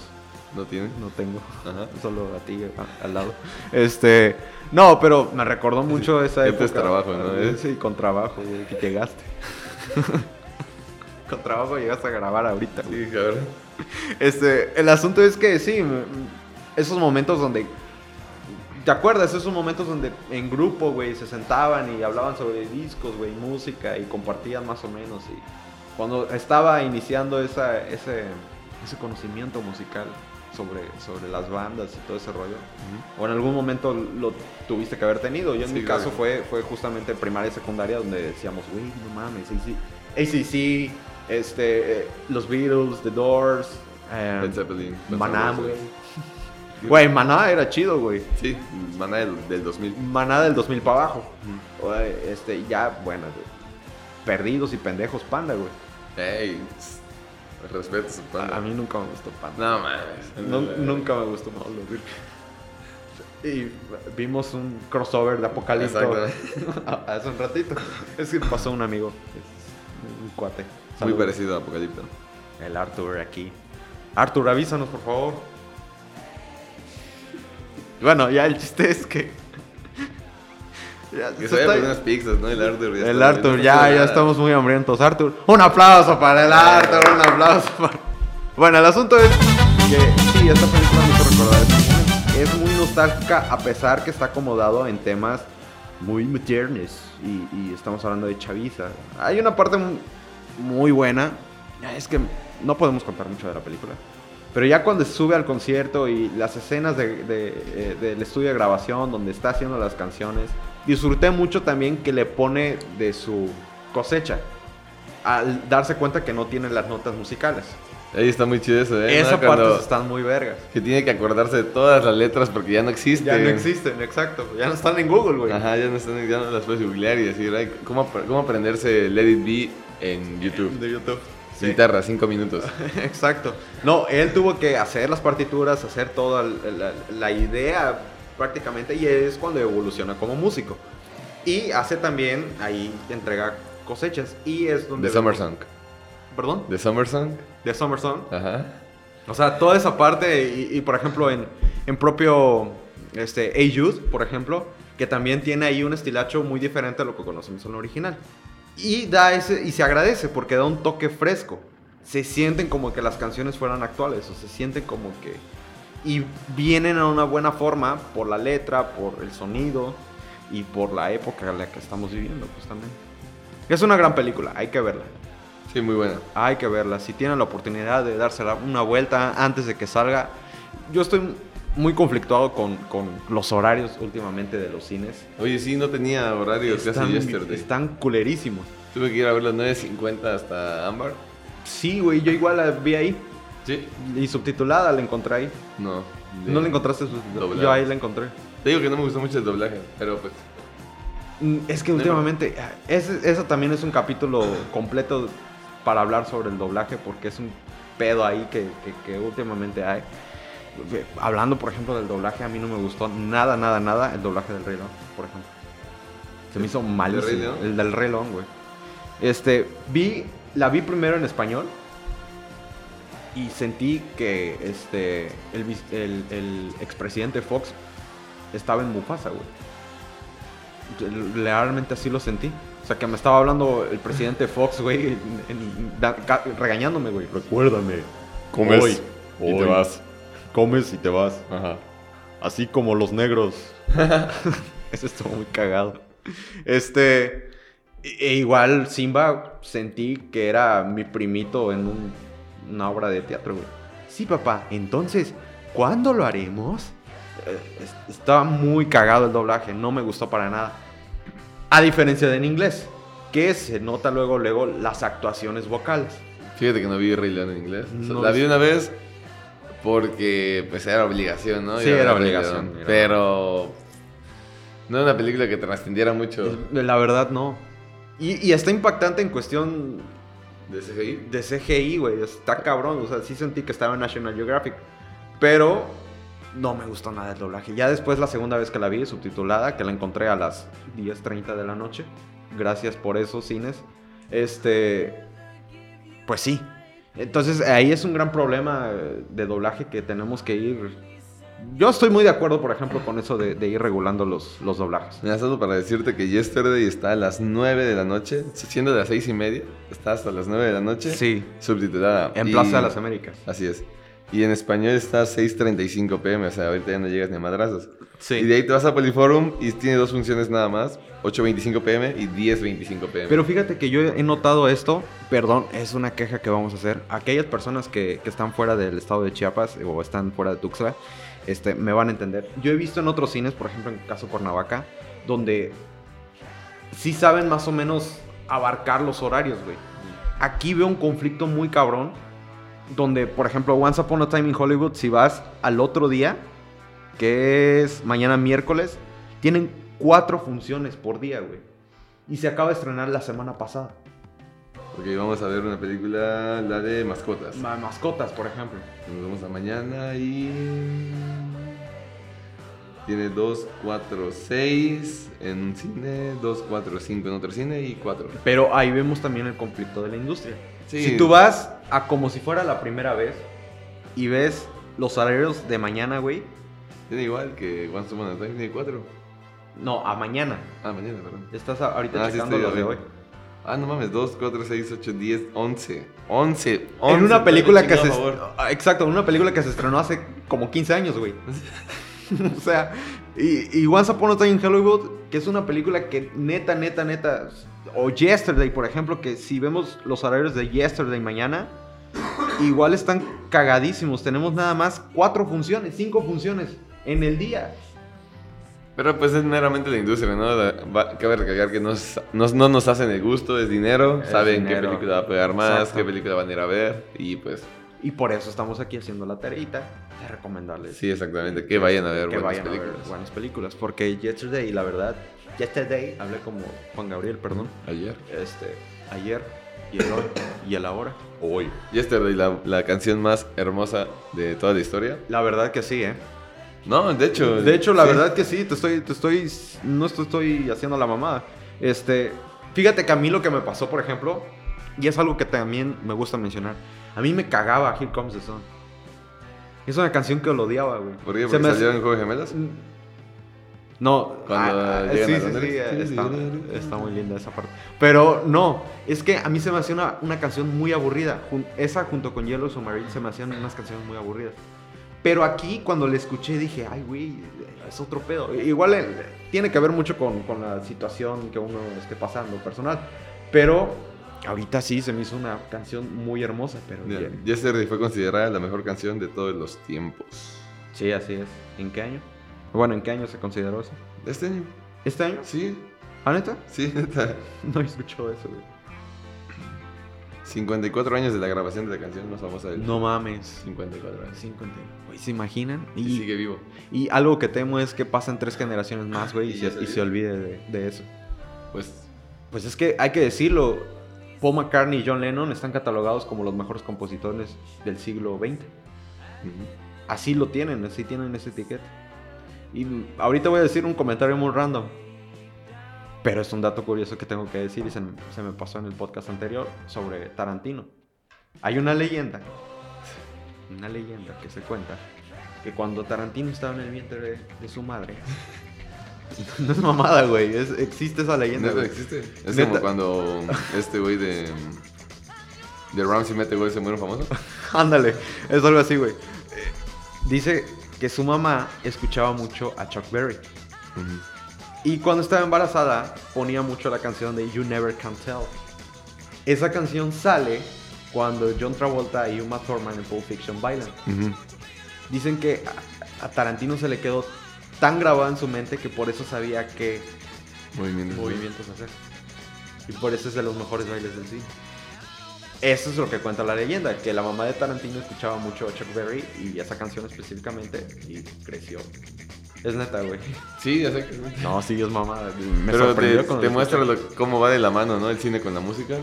S4: ¿No tiene?
S3: no tengo.
S4: Ajá.
S3: Solo a ti a- al lado. Este, no, pero me recordó mucho esa
S4: esto
S3: época. Eh,
S4: es trabajo, ¿no?
S3: Sí, con trabajo, güey, que llegaste. con trabajo llegaste a grabar ahorita, güey.
S4: Sí, cabrón.
S3: Este, el asunto es que sí, m- m- esos momentos donde. ¿Te acuerdas? Esos momentos donde en grupo, güey, se sentaban y hablaban sobre discos, güey, música y compartían más o menos. Y cuando estaba iniciando esa, ese, ese conocimiento musical sobre, sobre las bandas y todo ese rollo, o en algún momento lo tuviste que haber tenido. Yo en
S4: Sí,
S3: mi
S4: claro.
S3: caso fue, fue justamente primaria y secundaria donde decíamos, güey, no mames, AC/DC, ACC, este, eh, los Beatles, The Doors, eh,
S4: Led Zeppelin.
S3: Maná, güey. Güey, Maná era chido, güey.
S4: Sí, Maná del, del 2000.
S3: Maná del 2000 para abajo. Güey, Este, ya, bueno, güey. Perdidos y pendejos, panda, güey.
S4: Ey, tss, respeto su
S3: A,
S4: panda. eh,
S3: a mí nunca me gustó panda.
S4: No mames.
S3: Nu- nunca me gustó Pablo, güey. Y vimos un crossover de Apocalipto
S4: Exacto.
S3: hace un ratito. Es que pasó un amigo, es un cuate.
S4: Muy
S3: Saludos.
S4: parecido a Apocalipto.
S3: El Arthur aquí. Arthur, avísanos, por favor. Bueno, ya el chiste es que. Ya,
S4: Que se
S3: se
S4: vaya
S3: está-
S4: por unas pizzas, ¿no? El Arthur. ya
S3: El
S4: está-
S3: Arthur,
S4: no
S3: ya,
S4: está
S3: ya
S4: nada.
S3: estamos muy hambrientos. Arthur, un aplauso para el Arthur, un aplauso para... Bueno, el asunto es que sí, esta película me hizo recordar eso. Es muy nostálgica a pesar que está acomodado en temas muy modernos y, y estamos hablando de chaviza. Hay una parte mu- muy buena, es que no podemos contar mucho de la película. Pero ya cuando sube al concierto y las escenas de- de, eh, del estudio de grabación donde está haciendo las canciones, disfruté mucho también que le pone de su cosecha al darse cuenta que no tiene las notas musicales.
S4: Ahí está muy chido eso, ¿eh?
S3: Esas
S4: ¿No?
S3: partes
S4: Cuando-
S3: están muy vergas. Este,
S4: Que tiene que acordarse de todas las letras porque ya no existe.
S3: Ya no existen, exacto. Ya no están en Google, güey.
S4: Ajá, ya no, están, ya no las puedes googlear y decir, ay, ¿cómo, ap- cómo aprenderse Let It Be en YouTube?
S3: De YouTube. Sí.
S4: Guitarra, cinco minutos.
S3: Exacto. No, él tuvo que hacer las partituras, hacer toda la, la idea prácticamente y es cuando evoluciona como músico. Y hace también, ahí entrega cosechas y es donde...
S4: The Summer Song.
S3: Perdón.
S4: The Summer Song.
S3: De Summer Song.
S4: Ajá.
S3: O sea, toda esa parte y, y, por ejemplo en, en propio este, A Youth, por ejemplo, que también tiene ahí un estilacho muy diferente a lo que conocemos en el original. Y, da ese, y se agradece porque da un toque fresco. Se sienten como que las canciones fueran actuales o se sienten como que... Y vienen a una buena forma por la letra, por el sonido y por la época en la que estamos viviendo justamente. Es una gran película, hay que verla.
S4: Sí, muy buena.
S3: Hay que verla. Si tienen la oportunidad de dársela una vuelta antes de que salga. Yo estoy muy conflictuado con, con los horarios últimamente de los cines.
S4: Oye, sí, no tenía horario casi yesterday.
S3: están culerísimos.
S4: Tuve que ir a ver las 9.50 hasta Ámbar.
S3: Sí, güey, yo igual la vi ahí.
S4: Sí.
S3: Y subtitulada la encontré ahí.
S4: No. de-
S3: No la encontraste subtitulada.
S4: Doblada.
S3: Yo ahí la encontré.
S4: Te digo que no me gustó mucho el doblaje, pero pues.
S3: Mm, Es que
S4: No hay
S3: últimamente, ah, ese, eso también es un capítulo completo para hablar sobre el doblaje, porque es un pedo ahí que, que- que últimamente hay. Eh, Hablando, por ejemplo, del doblaje, a mí no me gustó nada, nada, nada el doblaje del Rey León, por ejemplo. Se me hizo
S4: Rey
S3: malísimo.
S4: León?
S3: El del Rey León, güey. Este, vi, la vi primero en español y sentí que este, el, vis- el- el expresidente Fox estaba en Mufasa, güey. Realmente así lo sentí. O sea, que me estaba hablando el presidente Fox, güey, en- en- da- ca- regañándome, güey. Recuérdame.
S4: Comes y te vas.
S3: Comes y te vas.
S4: Ajá.
S3: Así como los negros. Eso estuvo muy cagado. Este. e- e igual Simba sentí que era mi primito en un- una obra de teatro, güey. Sí, papá, entonces, ¿cuándo lo haremos? Eh, es- Estaba muy cagado el doblaje, no me gustó para nada. A diferencia de en inglés, que se nota luego, luego las actuaciones vocales.
S4: Fíjate que no vi Rey León en inglés. O sea,
S3: No
S4: la
S3: es-
S4: vi una vez porque pues era obligación, ¿no?
S3: Sí,
S4: Ir a ver
S3: era
S4: Rey
S3: obligación,
S4: León,
S3: era-
S4: Pero no era una película que trascendiera mucho
S3: La verdad, no. Y, y está impactante en cuestión
S4: de CGI.
S3: de CGI, güey. Está cabrón. O sea, sí sentí que estaba en National Geographic. Pero no me gustó nada el doblaje. Ya después, la segunda vez que la vi, subtitulada, que la encontré a las 10.30 de la noche. Gracias por eso, cines. Este. Pues sí. Entonces, ahí es un gran problema eh, de doblaje que tenemos que ir. Yo estoy muy de acuerdo, por ejemplo, con eso de, de ir regulando los, los doblajes.
S4: Me solo para decirte que Yesterday está a las 9 de la noche, siendo de las 6 y media, está hasta las 9 de la noche.
S3: Sí.
S4: Subtitulada.
S3: En
S4: Y-
S3: Plaza de las Américas.
S4: Así es. Y en español está a 6.35 pm, o sea, ahorita ya no llegas ni a madrazos.
S3: Sí.
S4: Y de ahí te vas a Poliforum y tiene dos funciones nada más, 8.25 pm y 10.25 pm.
S3: Pero fíjate que yo he notado esto, perdón, es una queja que vamos a hacer. Aquellas personas que, que están fuera del estado de Chiapas o están fuera de Tuxtla, este, me van a entender. Yo he visto en otros cines, por ejemplo en el caso Cuernavaca, donde sí saben más o menos abarcar los horarios, güey. Aquí veo un conflicto muy cabrón, donde, por ejemplo, Once Upon a Time in Hollywood, si vas al otro día, que es mañana miércoles, tienen cuatro funciones por día, güey. Y se acaba de estrenar la semana pasada.
S4: Ok, vamos a ver una película, la de mascotas.
S3: Ma- Mascotas, por ejemplo.
S4: Nos vemos a mañana y. Tiene 2, 4, 6 en un cine, 2, 4, 5 en otro cine y 4.
S3: Pero ahí vemos también el conflicto de la industria. Si tú vas a como si fuera la primera vez y ves los salarios de mañana, güey.
S4: Tiene igual que Once Upon a Time, tiene 4.
S3: No, a mañana.
S4: Ah, mañana, perdón.
S3: Estás a- ahorita
S4: Ah, sí,
S3: checando
S4: estoy
S3: los de hoy.
S4: abriendo. Ah, no mames, 2, 4, 6, 8, 10, 11. 11.
S3: En una película que se...
S4: Por favor.
S3: Ah, Exacto, en una película que se estrenó hace como 15 años, güey. o sea, y, y Once Upon a Time in Hollywood, que es una película que neta, neta, neta... O Yesterday, por ejemplo, que si vemos los salarios de Yesterday mañana, igual están cagadísimos. Tenemos nada más cuatro funciones, cinco funciones en el día.
S4: Pero pues es meramente la industria, ¿no? La- va- cabe recalcar que nos, nos- no nos hacen el gusto, es dinero.
S3: Es
S4: saben qué
S3: dinero.
S4: película va a pegar más,
S3: Exacto.
S4: qué película van a ir a ver. Y pues,
S3: Y por eso estamos aquí haciendo la tareita de recomendarles.
S4: sí, exactamente, que vayan a ver
S3: Pues, que
S4: buenas
S3: vayan a ver
S4: películas.
S3: buenas películas. Porque Yesterday, la verdad, Yesterday, hablé como Juan Gabriel, perdón,
S4: Ayer.
S3: este, ayer y el hoy y el ahora. Hoy.
S4: Yesterday, este, la, la canción más hermosa de toda la historia.
S3: La verdad que sí, ¿eh?
S4: No, de hecho.
S3: De hecho, la
S4: Pues, sí.
S3: verdad que sí, te estoy, te estoy, no te estoy haciendo la mamada. Este, fíjate que a mí lo que me pasó, por ejemplo, y es algo que también me gusta mencionar, a mí me cagaba Here Comes the Sun. Es una canción que lo odiaba, güey.
S4: ¿Por qué?
S3: Se
S4: ¿Porque
S3: me hace-
S4: salieron en Juego de Gemelas?
S3: No,
S4: Cuando
S3: ah, ah,
S4: llegan
S3: sí,
S4: a
S3: sí,
S4: Londres.
S3: sí, eh, está, está muy linda esa parte. Pero no, es que a mí se me hacía una, una canción muy aburrida. Jun- esa junto con Yellow Submarine se me hacían unas canciones muy aburridas. Pero aquí cuando la escuché dije, ay, güey, es otro pedo. Igual eh, tiene que ver mucho con, con la situación que uno esté pasando personal. Pero ahorita sí se me hizo una canción muy hermosa, pero...
S4: Ya,
S3: bien.
S4: Yesterday este, fue considerada la mejor canción de todos los tiempos.
S3: Sí, así es. ¿En qué año? Bueno, ¿en qué año se consideró eso?
S4: ¿Este año?
S3: ¿Este año?
S4: Sí,
S3: ¿Ah, neta?
S4: sí, neta.
S3: No he escuchado eso, güey.
S4: 54 años de la grabación de la canción más famosa del
S3: No mames.
S4: 54 años.
S3: 50. Güey, ¿se imaginan?
S4: Y,
S3: Y,
S4: sigue vivo.
S3: y algo que temo es que pasen tres generaciones más, güey, y,
S4: Y
S3: se-
S4: ya se
S3: y se olvide de, de eso.
S4: Pues,
S3: Pues es que hay que decirlo. Paul McCartney y John Lennon están catalogados como los mejores compositores del siglo XX. Así lo tienen, así tienen esa etiqueta. Y ahorita voy a decir un comentario muy random. Pero es un dato curioso que tengo que decir y se, me- se me pasó en el podcast anterior sobre Tarantino. Hay una leyenda, una leyenda que se cuenta que cuando Tarantino estaba en el vientre de, de su madre. No es mamada, güey. es- existe esa leyenda.
S4: ¿neta
S3: güey.
S4: existe? Es
S3: Neta.
S4: como cuando este güey de. De Ramsey Mete, güey, se muere un famoso.
S3: Ándale, es algo así, güey. Eh, Dice que su mamá escuchaba mucho a Chuck Berry. Y cuando estaba embarazada, ponía mucho la canción de You Never Can Tell. Esa canción sale cuando John Travolta y Uma Thurman en Pulp Fiction bailan. Dicen que a, a Tarantino se le quedó tan grabada en su mente que por eso sabía qué
S4: Movimiento.
S3: movimientos hacer. Y por eso es de los mejores bailes del cine. Eso es lo que cuenta la leyenda, que la mamá de Tarantino escuchaba mucho a Chuck Berry y esa canción específicamente y creció. Es neta, güey.
S4: Sí, ya sé que es-
S3: No, sí, es mamada. Me
S4: Pero te,
S3: sorprendió cuando
S4: te
S3: lo
S4: muestra
S3: escuché.
S4: lo- cómo va de la mano, ¿no? El cine con la música.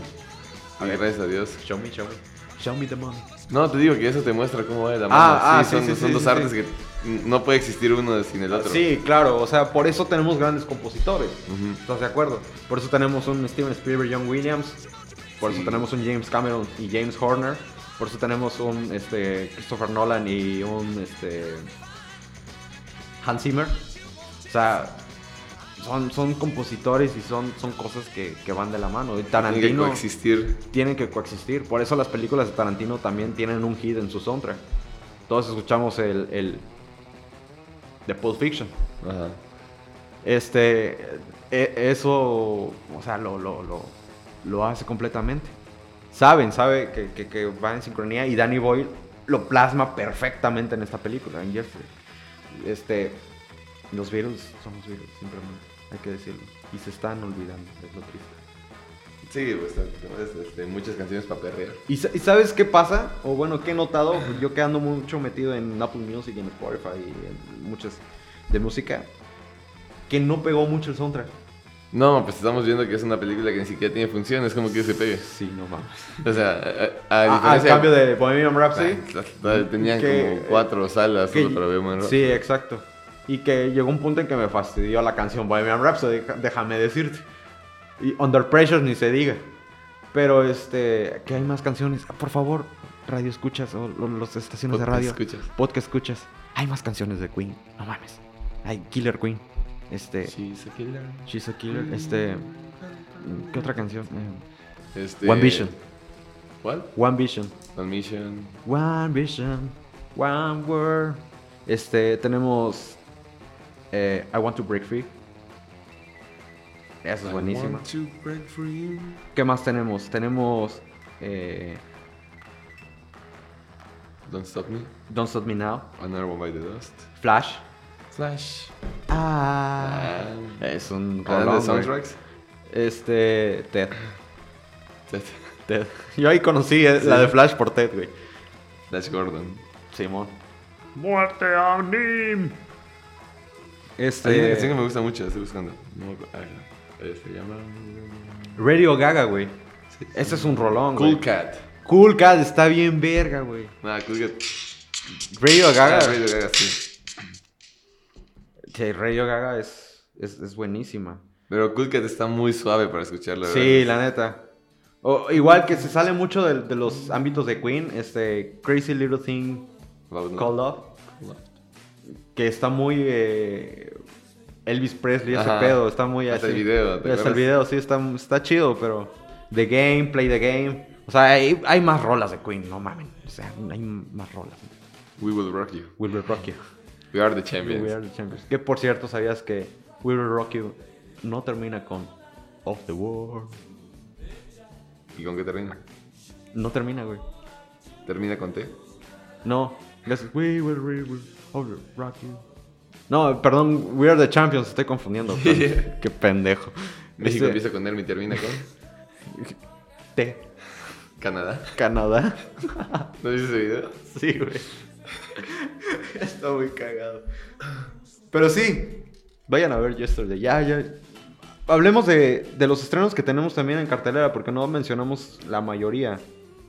S3: A
S4: Y
S3: ver.
S4: gracias a Dios.
S3: Show me, show me. Show me the money.
S4: No, te digo que eso te muestra cómo va de la mano.
S3: Ah,
S4: sí,
S3: ah,
S4: son,
S3: sí, sí,
S4: son
S3: sí,
S4: dos
S3: sí,
S4: artes
S3: sí.
S4: que no puede existir uno sin el otro.
S3: Sí, claro, o sea, por eso tenemos grandes compositores.
S4: Ujú.
S3: ¿Estás de acuerdo? Por eso tenemos un Steven Spielberg, John Williams. Por
S4: Sí.
S3: eso tenemos un James Cameron y James Horner. Por eso tenemos un este, Christopher Nolan y un este, Hans Zimmer. O sea, son, son compositores y son, son cosas que, que van de la mano. Y
S4: Tiene que
S3: Tarantino
S4: coexistir.
S3: tienen que coexistir. Por eso las películas de Tarantino también tienen un hit en su soundtrack. Todos escuchamos el, el de Pulp Fiction.
S4: Ajá.
S3: Este, e- eso, o sea, lo, lo, lo, lo hace completamente. Saben, sabe que, que, que van en sincronía y Danny Boyle lo plasma perfectamente en esta película, en Jeffrey. Este, los Beatles son los Beatles, simplemente, hay que decirlo. Y se están olvidando, es lo triste.
S4: Sí, pues tenemos, este, muchas canciones para perrear.
S3: ¿Y, sa- y sabes qué pasa? O bueno, ¿qué he notado? pues, Yo quedando mucho metido en Apple Music y en Spotify y en muchas de música, que no pegó mucho el soundtrack.
S4: No, pues estamos viendo que es una película que ni siquiera tiene función, es como que se pegue.
S3: Sí, no mames.
S4: O sea, a- a, a
S3: A- Al
S4: diferencia-
S3: cambio de Bohemian Rhapsody.
S4: Ah, Tenían
S3: Que- eh,
S4: como cuatro salas
S3: que-
S4: solo para ver Monroe.
S3: Sí, exacto. Y que llegó un punto en que me fastidió la canción Bohemian Rhapsody, deja- déjame decirte. Y Under Pressure ni se diga. Pero este, que hay más canciones. Ah, Por favor, radio escuchas o lo- los estaciones de
S4: Podcast
S3: radio.
S4: escuchas.
S3: Podcast escuchas. Hay más canciones de Queen, no mames. Hay Killer Queen. Este,
S4: She's a killer.
S3: She's a Killer, este ¿Qué otra canción? Eh,
S4: Este-
S3: One Vision.
S4: ¿Cuál?
S3: One Vision.
S4: One Vision.
S3: One Vision, One World. Este, tenemos eh, I Want to Break Free. Esa es buenísima. ¿Qué más tenemos? Tenemos eh,
S4: Don't Stop Me.
S3: Don't Stop Me Now,
S4: Another One by the Dust.
S3: Flash.
S4: Slash.
S3: Ah,
S4: Ah.
S3: es un rolón,
S4: Hablando de
S3: güey.
S4: soundtracks.
S3: Este, Ted. Ted. Yo ahí conocí eh, la
S4: Sí.
S3: de Flash por Ted, güey.
S4: Flash Gordon.
S3: Simón.
S1: ¡Muerte a Nim!
S3: Este,
S4: Hay una canción que me gusta mucho, la estoy buscando. No me acuerdo. Ah, eh, Se llama.
S3: Radio Gaga, güey. Ese es un rolón, güey.
S4: Cool Cat.
S3: Cool Cat está bien verga, güey.
S4: Nada, Cool Cat.
S3: Radio Gaga.
S4: Ah, Radio Gaga, sí.
S3: Sí, Radio Gaga es, es, es buenísima.
S4: Pero Cool Cat está muy suave para escucharlo.
S3: Sí, la neta. O, igual que se sale mucho del- de, los ámbitos de Queen, este Crazy Little Thing
S4: About
S3: Called Love, que está muy eh, Elvis Presley, ese
S4: Ajá.
S3: pedo, está muy
S4: Hasta
S3: así.
S4: el video, ¿te
S3: Hasta el
S4: acuerdas?
S3: video, sí, está, está chido, pero The Game, Play the Game. O sea, hay, hay más rolas de Queen, no mames. O sea, hay más rolas.
S4: We Will Rock You.
S3: Wilbur Rocky.
S4: We Are the Champions.
S3: We Are the Champions. Que por cierto, sabías que We Will Rock You no termina con Of the World.
S4: ¿Y con qué termina?
S3: No termina, güey.
S4: Termina con T.
S3: No. Es We Will, we will of the Rock You. No, perdón, We Are the Champions, estoy confundiendo.
S4: Yeah.
S3: Qué pendejo.
S4: México
S3: Este,
S4: empieza con Nermi y termina con
S3: T.
S4: Canadá.
S3: Canadá.
S4: ¿No viste ese video?
S3: Sí, güey. Está muy cagado. Pero sí, vayan a ver Yesterday. Ya, ya. Hablemos de, de los estrenos que tenemos también en cartelera, porque no mencionamos la mayoría.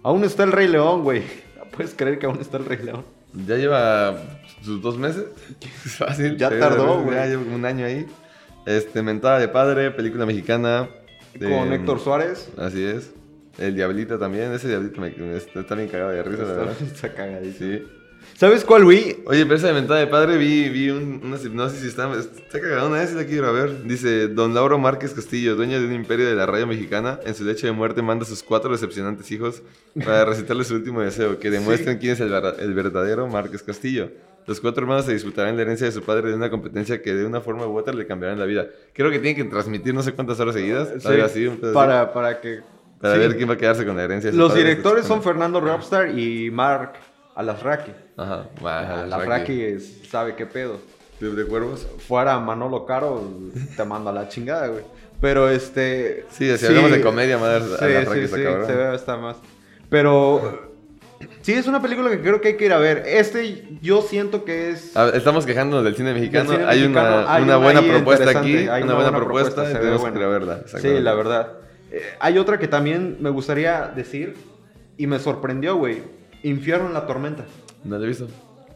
S3: Aún está el Rey León, güey. ¿Puedes creer que aún está el Rey León?
S4: Ya lleva sus dos meses. Es Fácil.
S3: Ya tardó, güey.
S4: Ya lleva como un año ahí. Este, Mentada de Padre, película mexicana.
S3: Con
S4: Eh,
S3: Héctor Suárez.
S4: Así es. El Diablito también. Ese Diablito me, me está, está bien cagado de risa, la
S3: Está,
S4: verdad.
S3: está cagadísimo.
S4: Sí.
S3: ¿Sabes cuál, güey?
S4: Oye, pero esa de mentada de padre vi, vi un- unas hipnosis y está, está cagadona, esa la quiero ir a ver. Dice, don Lauro Márquez Castillo, dueño de un imperio de la radio mexicana, en su leche de muerte manda a sus cuatro decepcionantes hijos para recitarles su último deseo, que demuestren quién es el, vera- el verdadero Márquez Castillo. Los cuatro hermanos se disputarán la herencia de su padre de una competencia que de una forma u otra le cambiarán la vida. Creo que tienen que transmitir no sé cuántas horas seguidas, algo así, un pedo así, para,
S3: Ah, para, para que. sí.
S4: ver quién va a quedarse con la herencia. de su
S3: Los
S4: padre.
S3: directores son Fernando Robstar y Mark Alasraki.
S4: Ajá,
S3: Alasraki es- sabe qué pedo.
S4: Club de Cuervos.
S3: fuera Manolo Caro, te mando a la chingada, güey. Pero este.
S4: Sí, si hablamos de comedia, madre, a la
S3: Sí, sí,
S4: Frankie
S3: sí,
S4: está cabrón.
S3: se ve hasta más. Pero. Sí, es una película que creo que hay que ir a ver. Este, yo siento que es.
S4: A- Estamos quejándonos del cine mexicano.
S3: Del cine
S4: hay,
S3: mexicano,
S4: una,
S3: hay
S4: una
S3: una
S4: buena
S3: ahí
S4: propuesta aquí.
S3: interesante,
S4: Una,
S3: hay
S4: buena, propuesta.
S3: se ve
S4: tenemos
S3: buena.
S4: que ir a verla.
S3: Sí,
S4: exactamente.
S3: la verdad. Eh, hay otra que también me gustaría decir y me sorprendió, güey. Infierno en la tormenta.
S4: No la he visto.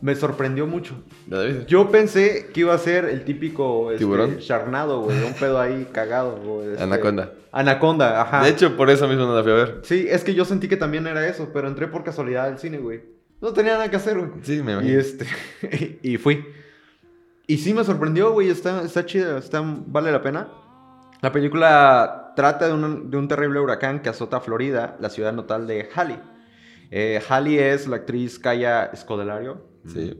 S3: Me sorprendió mucho.
S4: No la he visto.
S3: Yo pensé que iba a ser el típico este,
S4: ¿Tiburón?
S3: charnado, güey, un pedo ahí cagado. güey, este-
S4: Anaconda.
S3: Anaconda, ajá.
S4: De hecho, por eso mismo no la fui a ver.
S3: Sí, es que yo sentí que también era eso, pero entré por casualidad al cine, güey. No tenía nada que hacer, güey.
S4: Sí, me
S3: y
S4: imagino.
S3: este, y fui. Y sí me sorprendió, güey, está, está chida, está, vale la pena. La película trata de un, de un terrible huracán que azota a Florida, la ciudad natal de Halley. Eh, Halley es la actriz Kaya Scodelario.
S4: Sí.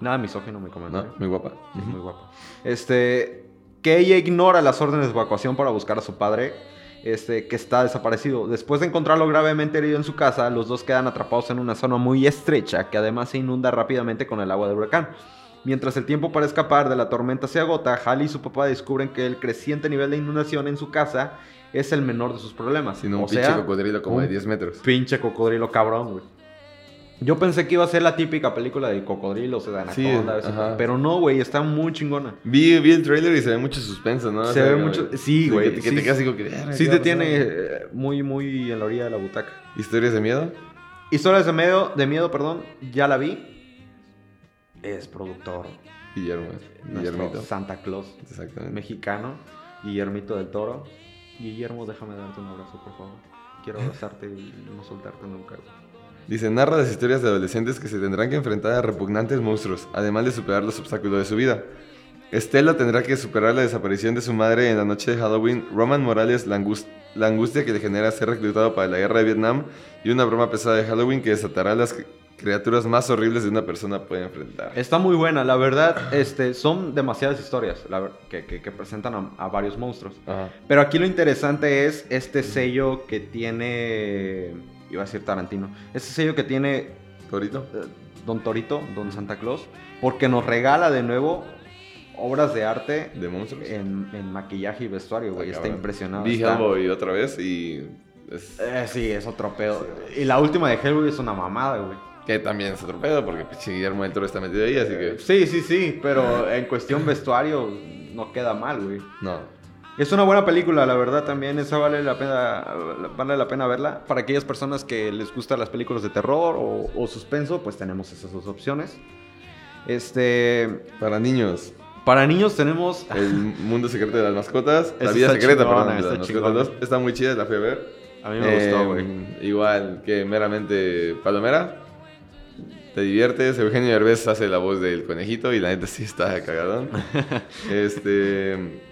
S3: Nada misógino mi comentario.
S4: No, muy guapa.
S3: Es muy guapa. Este, que ella ignora las órdenes de evacuación para buscar a su padre, este, que está desaparecido. Después de encontrarlo gravemente herido en su casa, los dos quedan atrapados en una zona muy estrecha que además se inunda rápidamente con el agua del huracán. Mientras el tiempo para escapar de la tormenta se agota, Halley y su papá descubren que el creciente nivel de inundación en su casa es el menor de sus problemas.
S4: Sino un
S3: O
S4: pinche
S3: sea,
S4: cocodrilo como
S3: un
S4: de 10 metros.
S3: Pinche cocodrilo cabrón, güey. Yo pensé que iba a ser la típica película de cocodrilos, de
S4: Sí,
S3: anaconda, ese-
S4: ajá.
S3: pero no, güey, está muy chingona.
S4: Vi, vi el trailer y se ve mucho suspenso, ¿no? O
S3: Se
S4: sea,
S3: ve
S4: como
S3: mucho-
S4: que-
S3: sí, güey,
S4: Que, que
S3: sí.
S4: te quedas así como que... "Verga,
S3: Sí
S4: ¿qué
S3: te
S4: va a
S3: tiene
S4: pasar?".
S3: eh, muy, muy en la orilla de la butaca.
S4: ¿Historias de miedo?
S3: Historias de miedo, de miedo, perdón, ya la vi. Es productor
S4: Guillermo. eh,
S3: nuestro
S4: Guillermito.
S3: Santa Claus
S4: Exactamente.
S3: mexicano, Guillermito del Toro. Guillermo, déjame darte un abrazo, por favor. Quiero abrazarte y no soltarte nunca. güey.
S4: Dice, narra las historias de adolescentes que se tendrán que enfrentar a repugnantes monstruos, además de superar los obstáculos de su vida. Estela tendrá que superar la desaparición de su madre en la noche de Halloween, Roman Morales la, angus- la angustia que le genera ser reclutado para la guerra de Vietnam y una broma pesada de Halloween que desatará las cri- criaturas más horribles de una persona puede enfrentar.
S3: Está muy buena, la verdad, este, son demasiadas historias la ver- que, que- que presentan a, a varios monstruos.
S4: Ajá.
S3: Pero aquí lo interesante es este sello que tiene, iba a decir Tarantino, este sello que tiene eh,
S4: ¿Torito?
S3: Don Torito, Don Santa Claus, porque nos regala de nuevo obras de arte
S4: ¿De monstruos?
S3: en, en maquillaje y vestuario, Eh, güey.
S4: Ah,
S3: Está
S4: cabrón.
S3: impresionado.
S4: Vi
S3: está-
S4: Hellboy otra vez y... es-
S3: Eh, sí, es otro pedo. Y la última de Hellboy es una mamada, güey.
S4: Que también es otro pedo porque pinche Guillermo del Toro está metido ahí, así que... pues,
S3: Sí, sí, sí, pero en cuestión vestuario no queda mal, güey.
S4: No.
S3: Es una buena película, la verdad también, esa vale la pena, vale la pena verla. Para aquellas personas que les gustan las películas de terror o, o suspenso, pues tenemos esas dos opciones. Este,
S4: Para niños,
S3: para niños tenemos
S4: El mundo secreto de las mascotas.
S3: Esa
S4: la vida
S3: está
S4: secreta,
S3: chingona,
S4: perdón. de
S3: está
S4: las mascotas
S3: chingona.
S4: dos. Está muy chida, la fui a ver.
S3: a mí me gustó, güey.
S4: Eh, Igual que meramente Palomera. Te diviertes. Eugenio Derbez hace la voz del conejito y la neta sí está cagadón. este.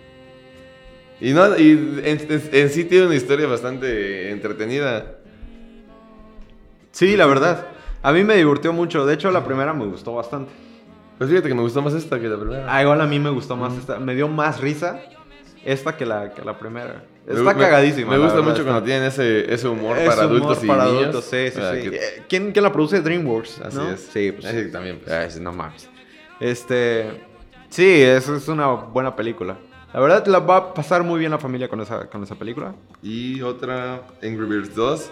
S4: Y, no, y en, en- en sí tiene una historia bastante entretenida.
S3: Sí, la verdad. A mí me divirtió mucho. De hecho, la primera me gustó bastante.
S4: Pues fíjate que me gustó más esta que la primera.
S3: Ah, igual a mí me gustó más esta. Me dio más risa esta que la, que la primera.
S4: Me
S3: Está
S4: gu- me-
S3: cagadísima.
S4: Me
S3: la
S4: gusta
S3: verdad,
S4: mucho
S3: está-
S4: cuando tienen ese, ese humor
S3: Es
S4: para
S3: humor
S4: adultos y
S3: para
S4: niños.
S3: adultos, sí, sí,
S4: Ah,
S3: sí.
S4: que-
S3: Eh, ¿Quién, quién la produce? DreamWorks.
S4: Así
S3: ¿no?
S4: es.
S3: Sí, pues.
S4: Así también. pues.
S3: Ay, sí, no mames. Este. Sí, es, es una buena película. La verdad, la va a pasar muy bien la familia con esa, con esa película.
S4: Y otra, Angry Birds 2.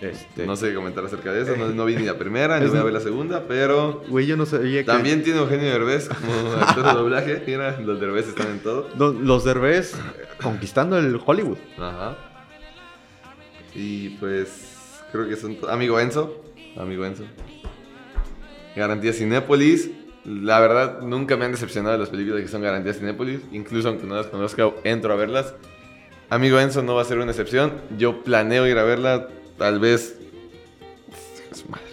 S3: Este.
S4: No sé comentar acerca de eso. No, no vi ni la primera, ni
S3: Es-
S4: voy a ver la segunda, pero.
S3: Güey, yo no sabía que.
S4: También tiene Eugenio Derbez como actor de doblaje. Mira, los Derbez están en todo.
S3: Don- Los Derbez conquistando el Hollywood.
S4: Ajá. Y pues. Creo que son. to- Amigo Enzo. Amigo Enzo. Garantía Cinépolis. La verdad, nunca me han decepcionado las películas que son Garantía Cinépolis. Incluso aunque no las conozca, entro a verlas. Amigo Enzo no va a ser una excepción. Yo planeo ir a verla, tal vez. Su madre.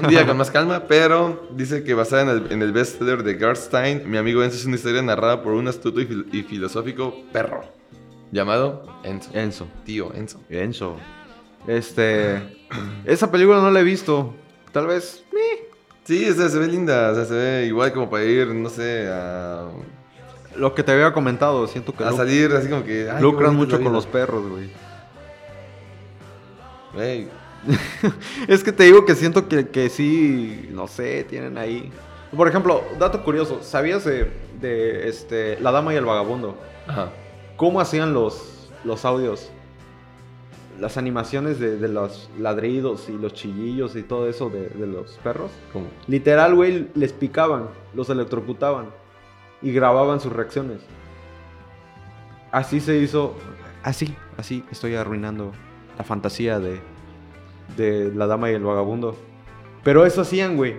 S4: Un día con más calma, pero dice que basada en el, en el bestseller de Garstein, mi amigo Enzo es una historia narrada por un astuto y, fil- y filosófico perro llamado Enzo.
S3: Enzo.
S4: Tío Enzo.
S3: Enzo. Este. esa película no la he visto. Tal vez.
S4: Sí, o sea, se ve linda, o sea, se ve igual como para ir, no sé, a,
S3: Lo que te había comentado, siento que
S4: a
S3: lu-
S4: salir así como que. ay, qué bonita
S3: lucran
S4: es
S3: mucho
S4: la
S3: con
S4: vida.
S3: los perros, güey.
S4: Ey,
S3: Es que te digo que siento que, que sí, no sé, tienen ahí. Por ejemplo, dato curioso, ¿sabías de, de, este, La Dama y el Vagabundo?
S4: Ajá.
S3: ¿Cómo hacían los, los audios? Las animaciones de, de los ladridos y los chillillos y todo eso de, de los perros.
S4: ¿Cómo?
S3: Literal, güey, les picaban, los electrocutaban y grababan sus reacciones. Así se hizo. Así, así estoy arruinando la fantasía de, de la dama y el vagabundo. Pero eso hacían, güey.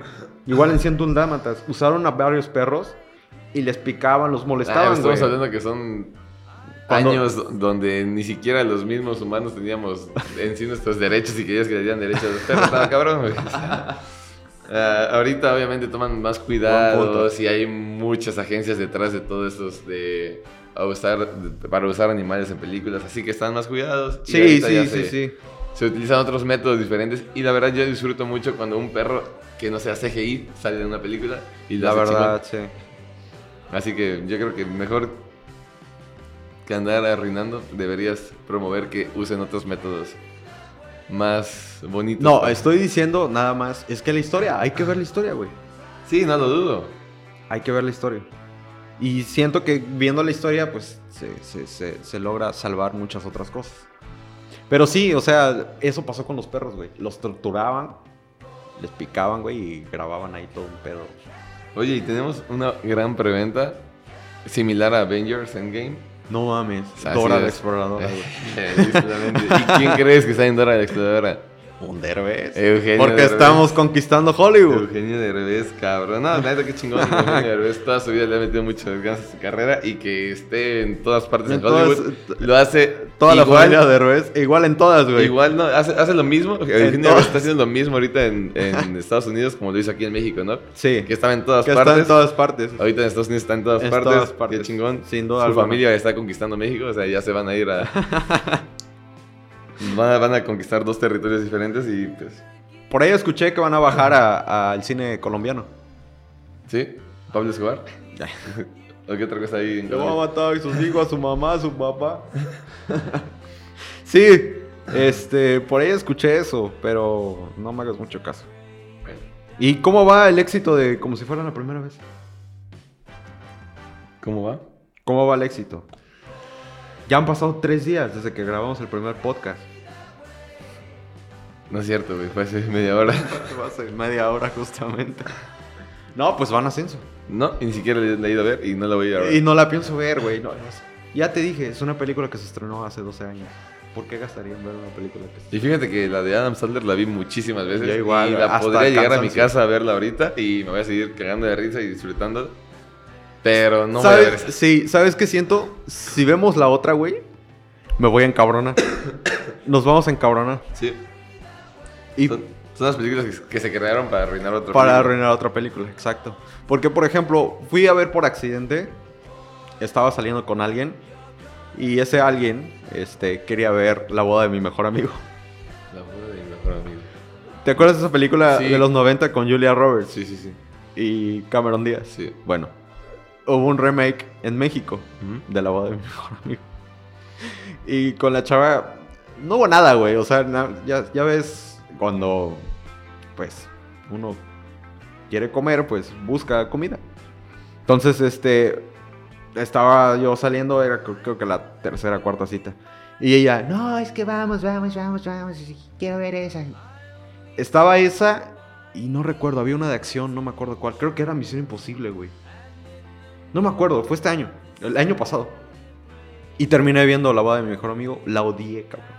S3: Igual en 101 Dálmatas. Usaron a varios perros y les picaban, los
S4: Ah,
S3: molestaban,
S4: estamos
S3: güey.
S4: hablando que son
S3: Cuando-
S4: años do- donde ni siquiera los mismos humanos teníamos en sí nuestros derechos y querías que le dieran derechos a los perros. Estaba cabrón, güey. O sea, ah, ahorita obviamente toman más
S3: punto.
S4: cuidados y hay muchas agencias detrás de todos estos de a usar de- para usar animales en películas, así que están más cuidados. y
S3: Sí,
S4: ahorita
S3: sí,
S4: ya
S3: sí,
S4: se-
S3: sí.
S4: Se utilizan otros métodos diferentes y la verdad yo disfruto mucho cuando un perro que no sea CGI sale de una película y lo
S3: La
S4: hace chingón.
S3: verdad, sí.
S4: Así que yo creo que mejor que andar arruinando, deberías promover que usen otros métodos más bonitos.
S3: No, estoy diciendo nada más. Es que la historia, hay que ver la historia, güey.
S4: Sí, no lo dudo.
S3: Hay que ver la historia. Y siento que viendo la historia, pues se, se- se- se logra salvar muchas otras cosas. Pero sí, o sea, eso pasó con los perros, güey. Los torturaban, les picaban, güey, y grababan ahí todo un pedo.
S4: Oye, y tenemos una gran preventa similar a Avengers Endgame.
S3: No mames.
S4: Así
S3: Dora
S4: es.
S3: la exploradora, güey.
S4: Justamente. ¿Y quién crees que está en Dora la Exploradora?
S3: Un derbez.
S4: Eugenio
S3: Porque
S4: Derbez.
S3: estamos conquistando Hollywood.
S4: Eugenio Derbez, cabrón. No, neta, qué chingón. Eugenio Derbez toda su vida le ha metido muchas ganas a su carrera y que esté en todas partes en
S3: Entonces,
S4: Hollywood. Lo hace
S3: Toda la
S4: igual,
S3: familia de Derbez. Igual en todas, güey.
S4: Igual, no, hace, hace lo mismo. Eugenio
S3: todas.
S4: Derbez está haciendo lo mismo ahorita en, en Estados Unidos como lo hizo aquí en México, ¿no?
S3: Sí.
S4: Que estaba en todas
S3: que
S4: partes.
S3: está en todas partes.
S4: Ahorita en Estados Unidos está en todas,
S3: En
S4: partes.
S3: todas partes.
S4: Qué chingón.
S3: Sin duda
S4: Su
S3: alguna.
S4: familia está conquistando México, o sea, ya se van a ir a. van, a, van a conquistar dos territorios diferentes y pues.
S3: Por ahí escuché que van a bajar a- al cine colombiano.
S4: ¿Sí? ¿Pablo Escobar? ¿O qué otra cosa ahí? en
S3: Le va a
S4: Colombia?
S3: matar a sus hijos, a su mamá, a su papá. sí, este, por ahí escuché eso, pero no me hagas mucho caso.
S4: Bueno,
S3: ¿Y cómo va el éxito de como si fuera la primera vez?
S4: ¿Cómo va?
S3: ¿Cómo va el éxito? Ya han pasado tres días desde que grabamos el primer podcast.
S4: No es cierto, güey, fue hace media hora.
S3: Hace media hora justamente. No, pues van a ascenso.
S4: No, y ni siquiera la la he ido a ver y no la voy a ir a ver.
S3: Y no la pienso ver, güey. no, no sé. ya te dije, es una película que se estrenó hace 12 años. ¿Por qué gastaría en ver una película que se
S4: Y fíjate que la de Adam Sandler la vi muchísimas veces.
S3: Yo igual,
S4: y la
S3: hasta
S4: podría llegar a mi
S3: cansancio.
S4: casa a verla ahorita y me voy a seguir cagando de risa y disfrutándola. Pero no voy a ver
S3: ¿Sabes?
S4: esa.
S3: Sí, ¿sabes qué siento? Si vemos la otra, güey, me voy a encabronar. Nos vamos a encabronar.
S4: Sí.
S3: Y
S4: son, son las películas que, que se crearon para arruinar otro
S3: para
S4: film.
S3: arruinar otra película, exacto. Porque, por ejemplo, fui a ver por accidente, estaba saliendo con alguien y ese alguien este, quería ver La boda de mi mejor amigo.
S4: La boda de mi mejor amigo.
S3: ¿Te acuerdas de esa película
S4: Sí.
S3: de los 90 con Julia Roberts
S4: Sí, sí, sí.
S3: y Cameron Díaz?
S4: Sí.
S3: Bueno, hubo un remake en México de la boda de mi mejor amigo. Y con la chava no hubo nada, güey. O sea, na- ya, ya ves cuando, pues, uno quiere comer, pues busca comida. Entonces, este, estaba yo saliendo, era cre- creo que la tercera, cuarta cita. Y ella, no, es que vamos, vamos, vamos, vamos, y quiero ver esa. Estaba esa y no recuerdo, había una de acción, no me acuerdo cuál. Creo que era Misión Imposible, güey. No me acuerdo, fue este año, el año pasado. Y terminé viendo La boda de mi mejor amigo, la odié, cabrón.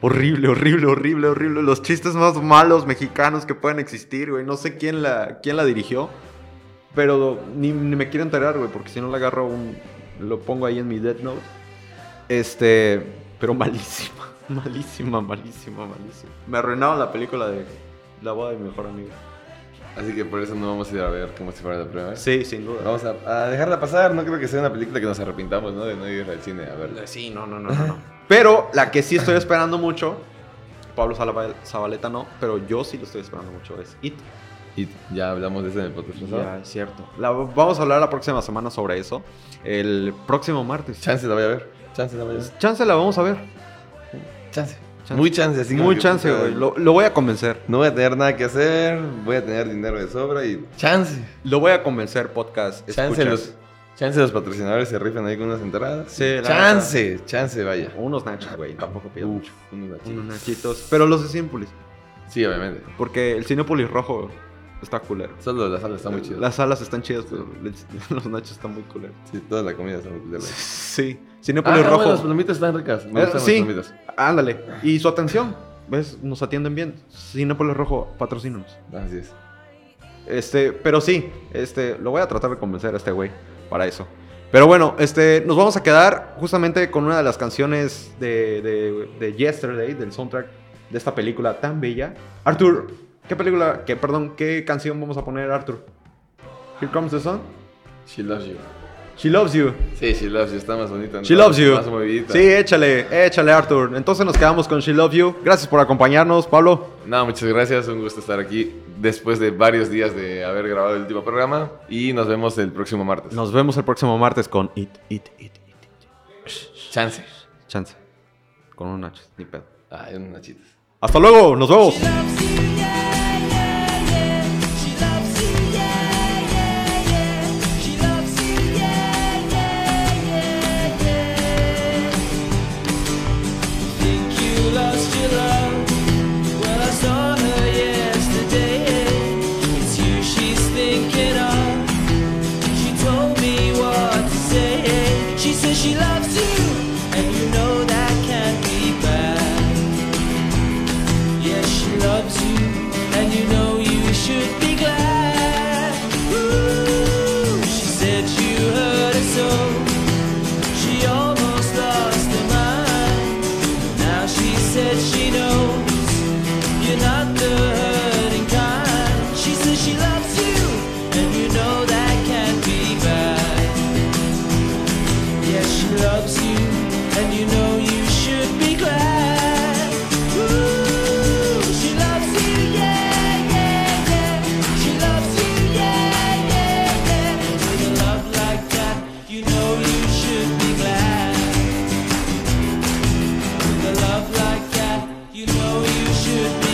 S3: Horrible, horrible, horrible, horrible. Los chistes más malos mexicanos que pueden existir, güey. No sé quién la, quién la dirigió. Pero ni, ni me quiero enterar, güey, porque si no la agarro un... Lo pongo ahí en mi Death Note. Este... Pero malísima, malísima, malísima, malísima. Me arruinaron la película de La boda de mi mejor amigo.
S4: Así que por eso no vamos a ir a ver como si fuera la primera vez.
S3: Sí, sin duda.
S4: Vamos a, a dejarla pasar. No creo que sea una película que nos arrepintamos, ¿no? De no ir al cine a verla.
S3: Sí, no, no, no, no. no. Pero la que sí estoy esperando mucho, Pablo Salava- Zabaleta no, pero yo sí lo estoy esperando mucho, es It.
S4: Y ya hablamos de eso en el podcast pasado.
S3: Ya, es cierto. La- vamos a hablar la próxima semana sobre eso. El próximo martes.
S4: Chance la voy a ver. Chance la voy a ver.
S3: Chance la vamos a ver.
S4: Chance.
S3: Chance.
S4: Muy chance, así como
S3: Muy
S4: que,
S3: chance,
S4: puta,
S3: güey. Lo, lo voy a convencer.
S4: No voy a tener nada que hacer, voy a tener dinero de sobra y chance.
S3: Lo voy a convencer, podcast.
S4: Chance
S3: escuchas.
S4: los, chance los patrocinadores se rifan ahí con unas entradas.
S3: Sí, la
S4: chance, chance, vaya.
S3: Unos nachos, güey. Tampoco pido
S4: Uf,
S3: mucho.
S4: unos nachitos.
S3: Unos nachitos. Pero los de Cinépolis.
S4: Sí, obviamente.
S3: Porque el Cinépolis rojo está culero.
S4: Solo la sala está muy chida.
S3: Las salas están chidas, pero les- los nachos están muy culeros.
S4: Sí, toda la comida está muy chida.
S3: Sí.
S4: Ah,
S3: Cinépolis rojo.
S4: bueno, las palomitas están ricas. Me
S3: Eh,
S4: gustan
S3: sí.
S4: las palomitas.
S3: Ándale. Y su atención. ¿Ves? Nos atienden bien. Cinépolis rojo, patrocínanos.
S4: Así es.
S3: Este, pero sí, este, lo voy a tratar de convencer a este güey para eso. Pero bueno, este, nos vamos a quedar justamente con una de las canciones de, de- de Yesterday, del soundtrack de esta película tan bella. Arthur, ¿qué película, qué, perdón, qué canción vamos a poner, Arthur? Here Comes the Sun.
S4: She loves you.
S3: She loves you.
S4: Sí, she loves you. Está más bonita.
S3: She
S4: ¿no?
S3: loves you.
S4: Más movidita.
S3: Sí, échale, échale, Arthur. Entonces nos quedamos con She loves you. Gracias por acompañarnos, Pablo.
S4: No, muchas gracias. Un gusto estar aquí después de varios días de haber grabado el último programa. Y nos vemos el próximo martes.
S3: Nos vemos el próximo martes con It, It, It, It.
S4: Chance. Ah,
S3: Chance. Con un nacho, ni pedo.
S4: Ay, unos nachitos.
S3: Hasta luego, nos vemos.
S2: She loves you, yeah, yeah, yeah. She loves you, yeah. should be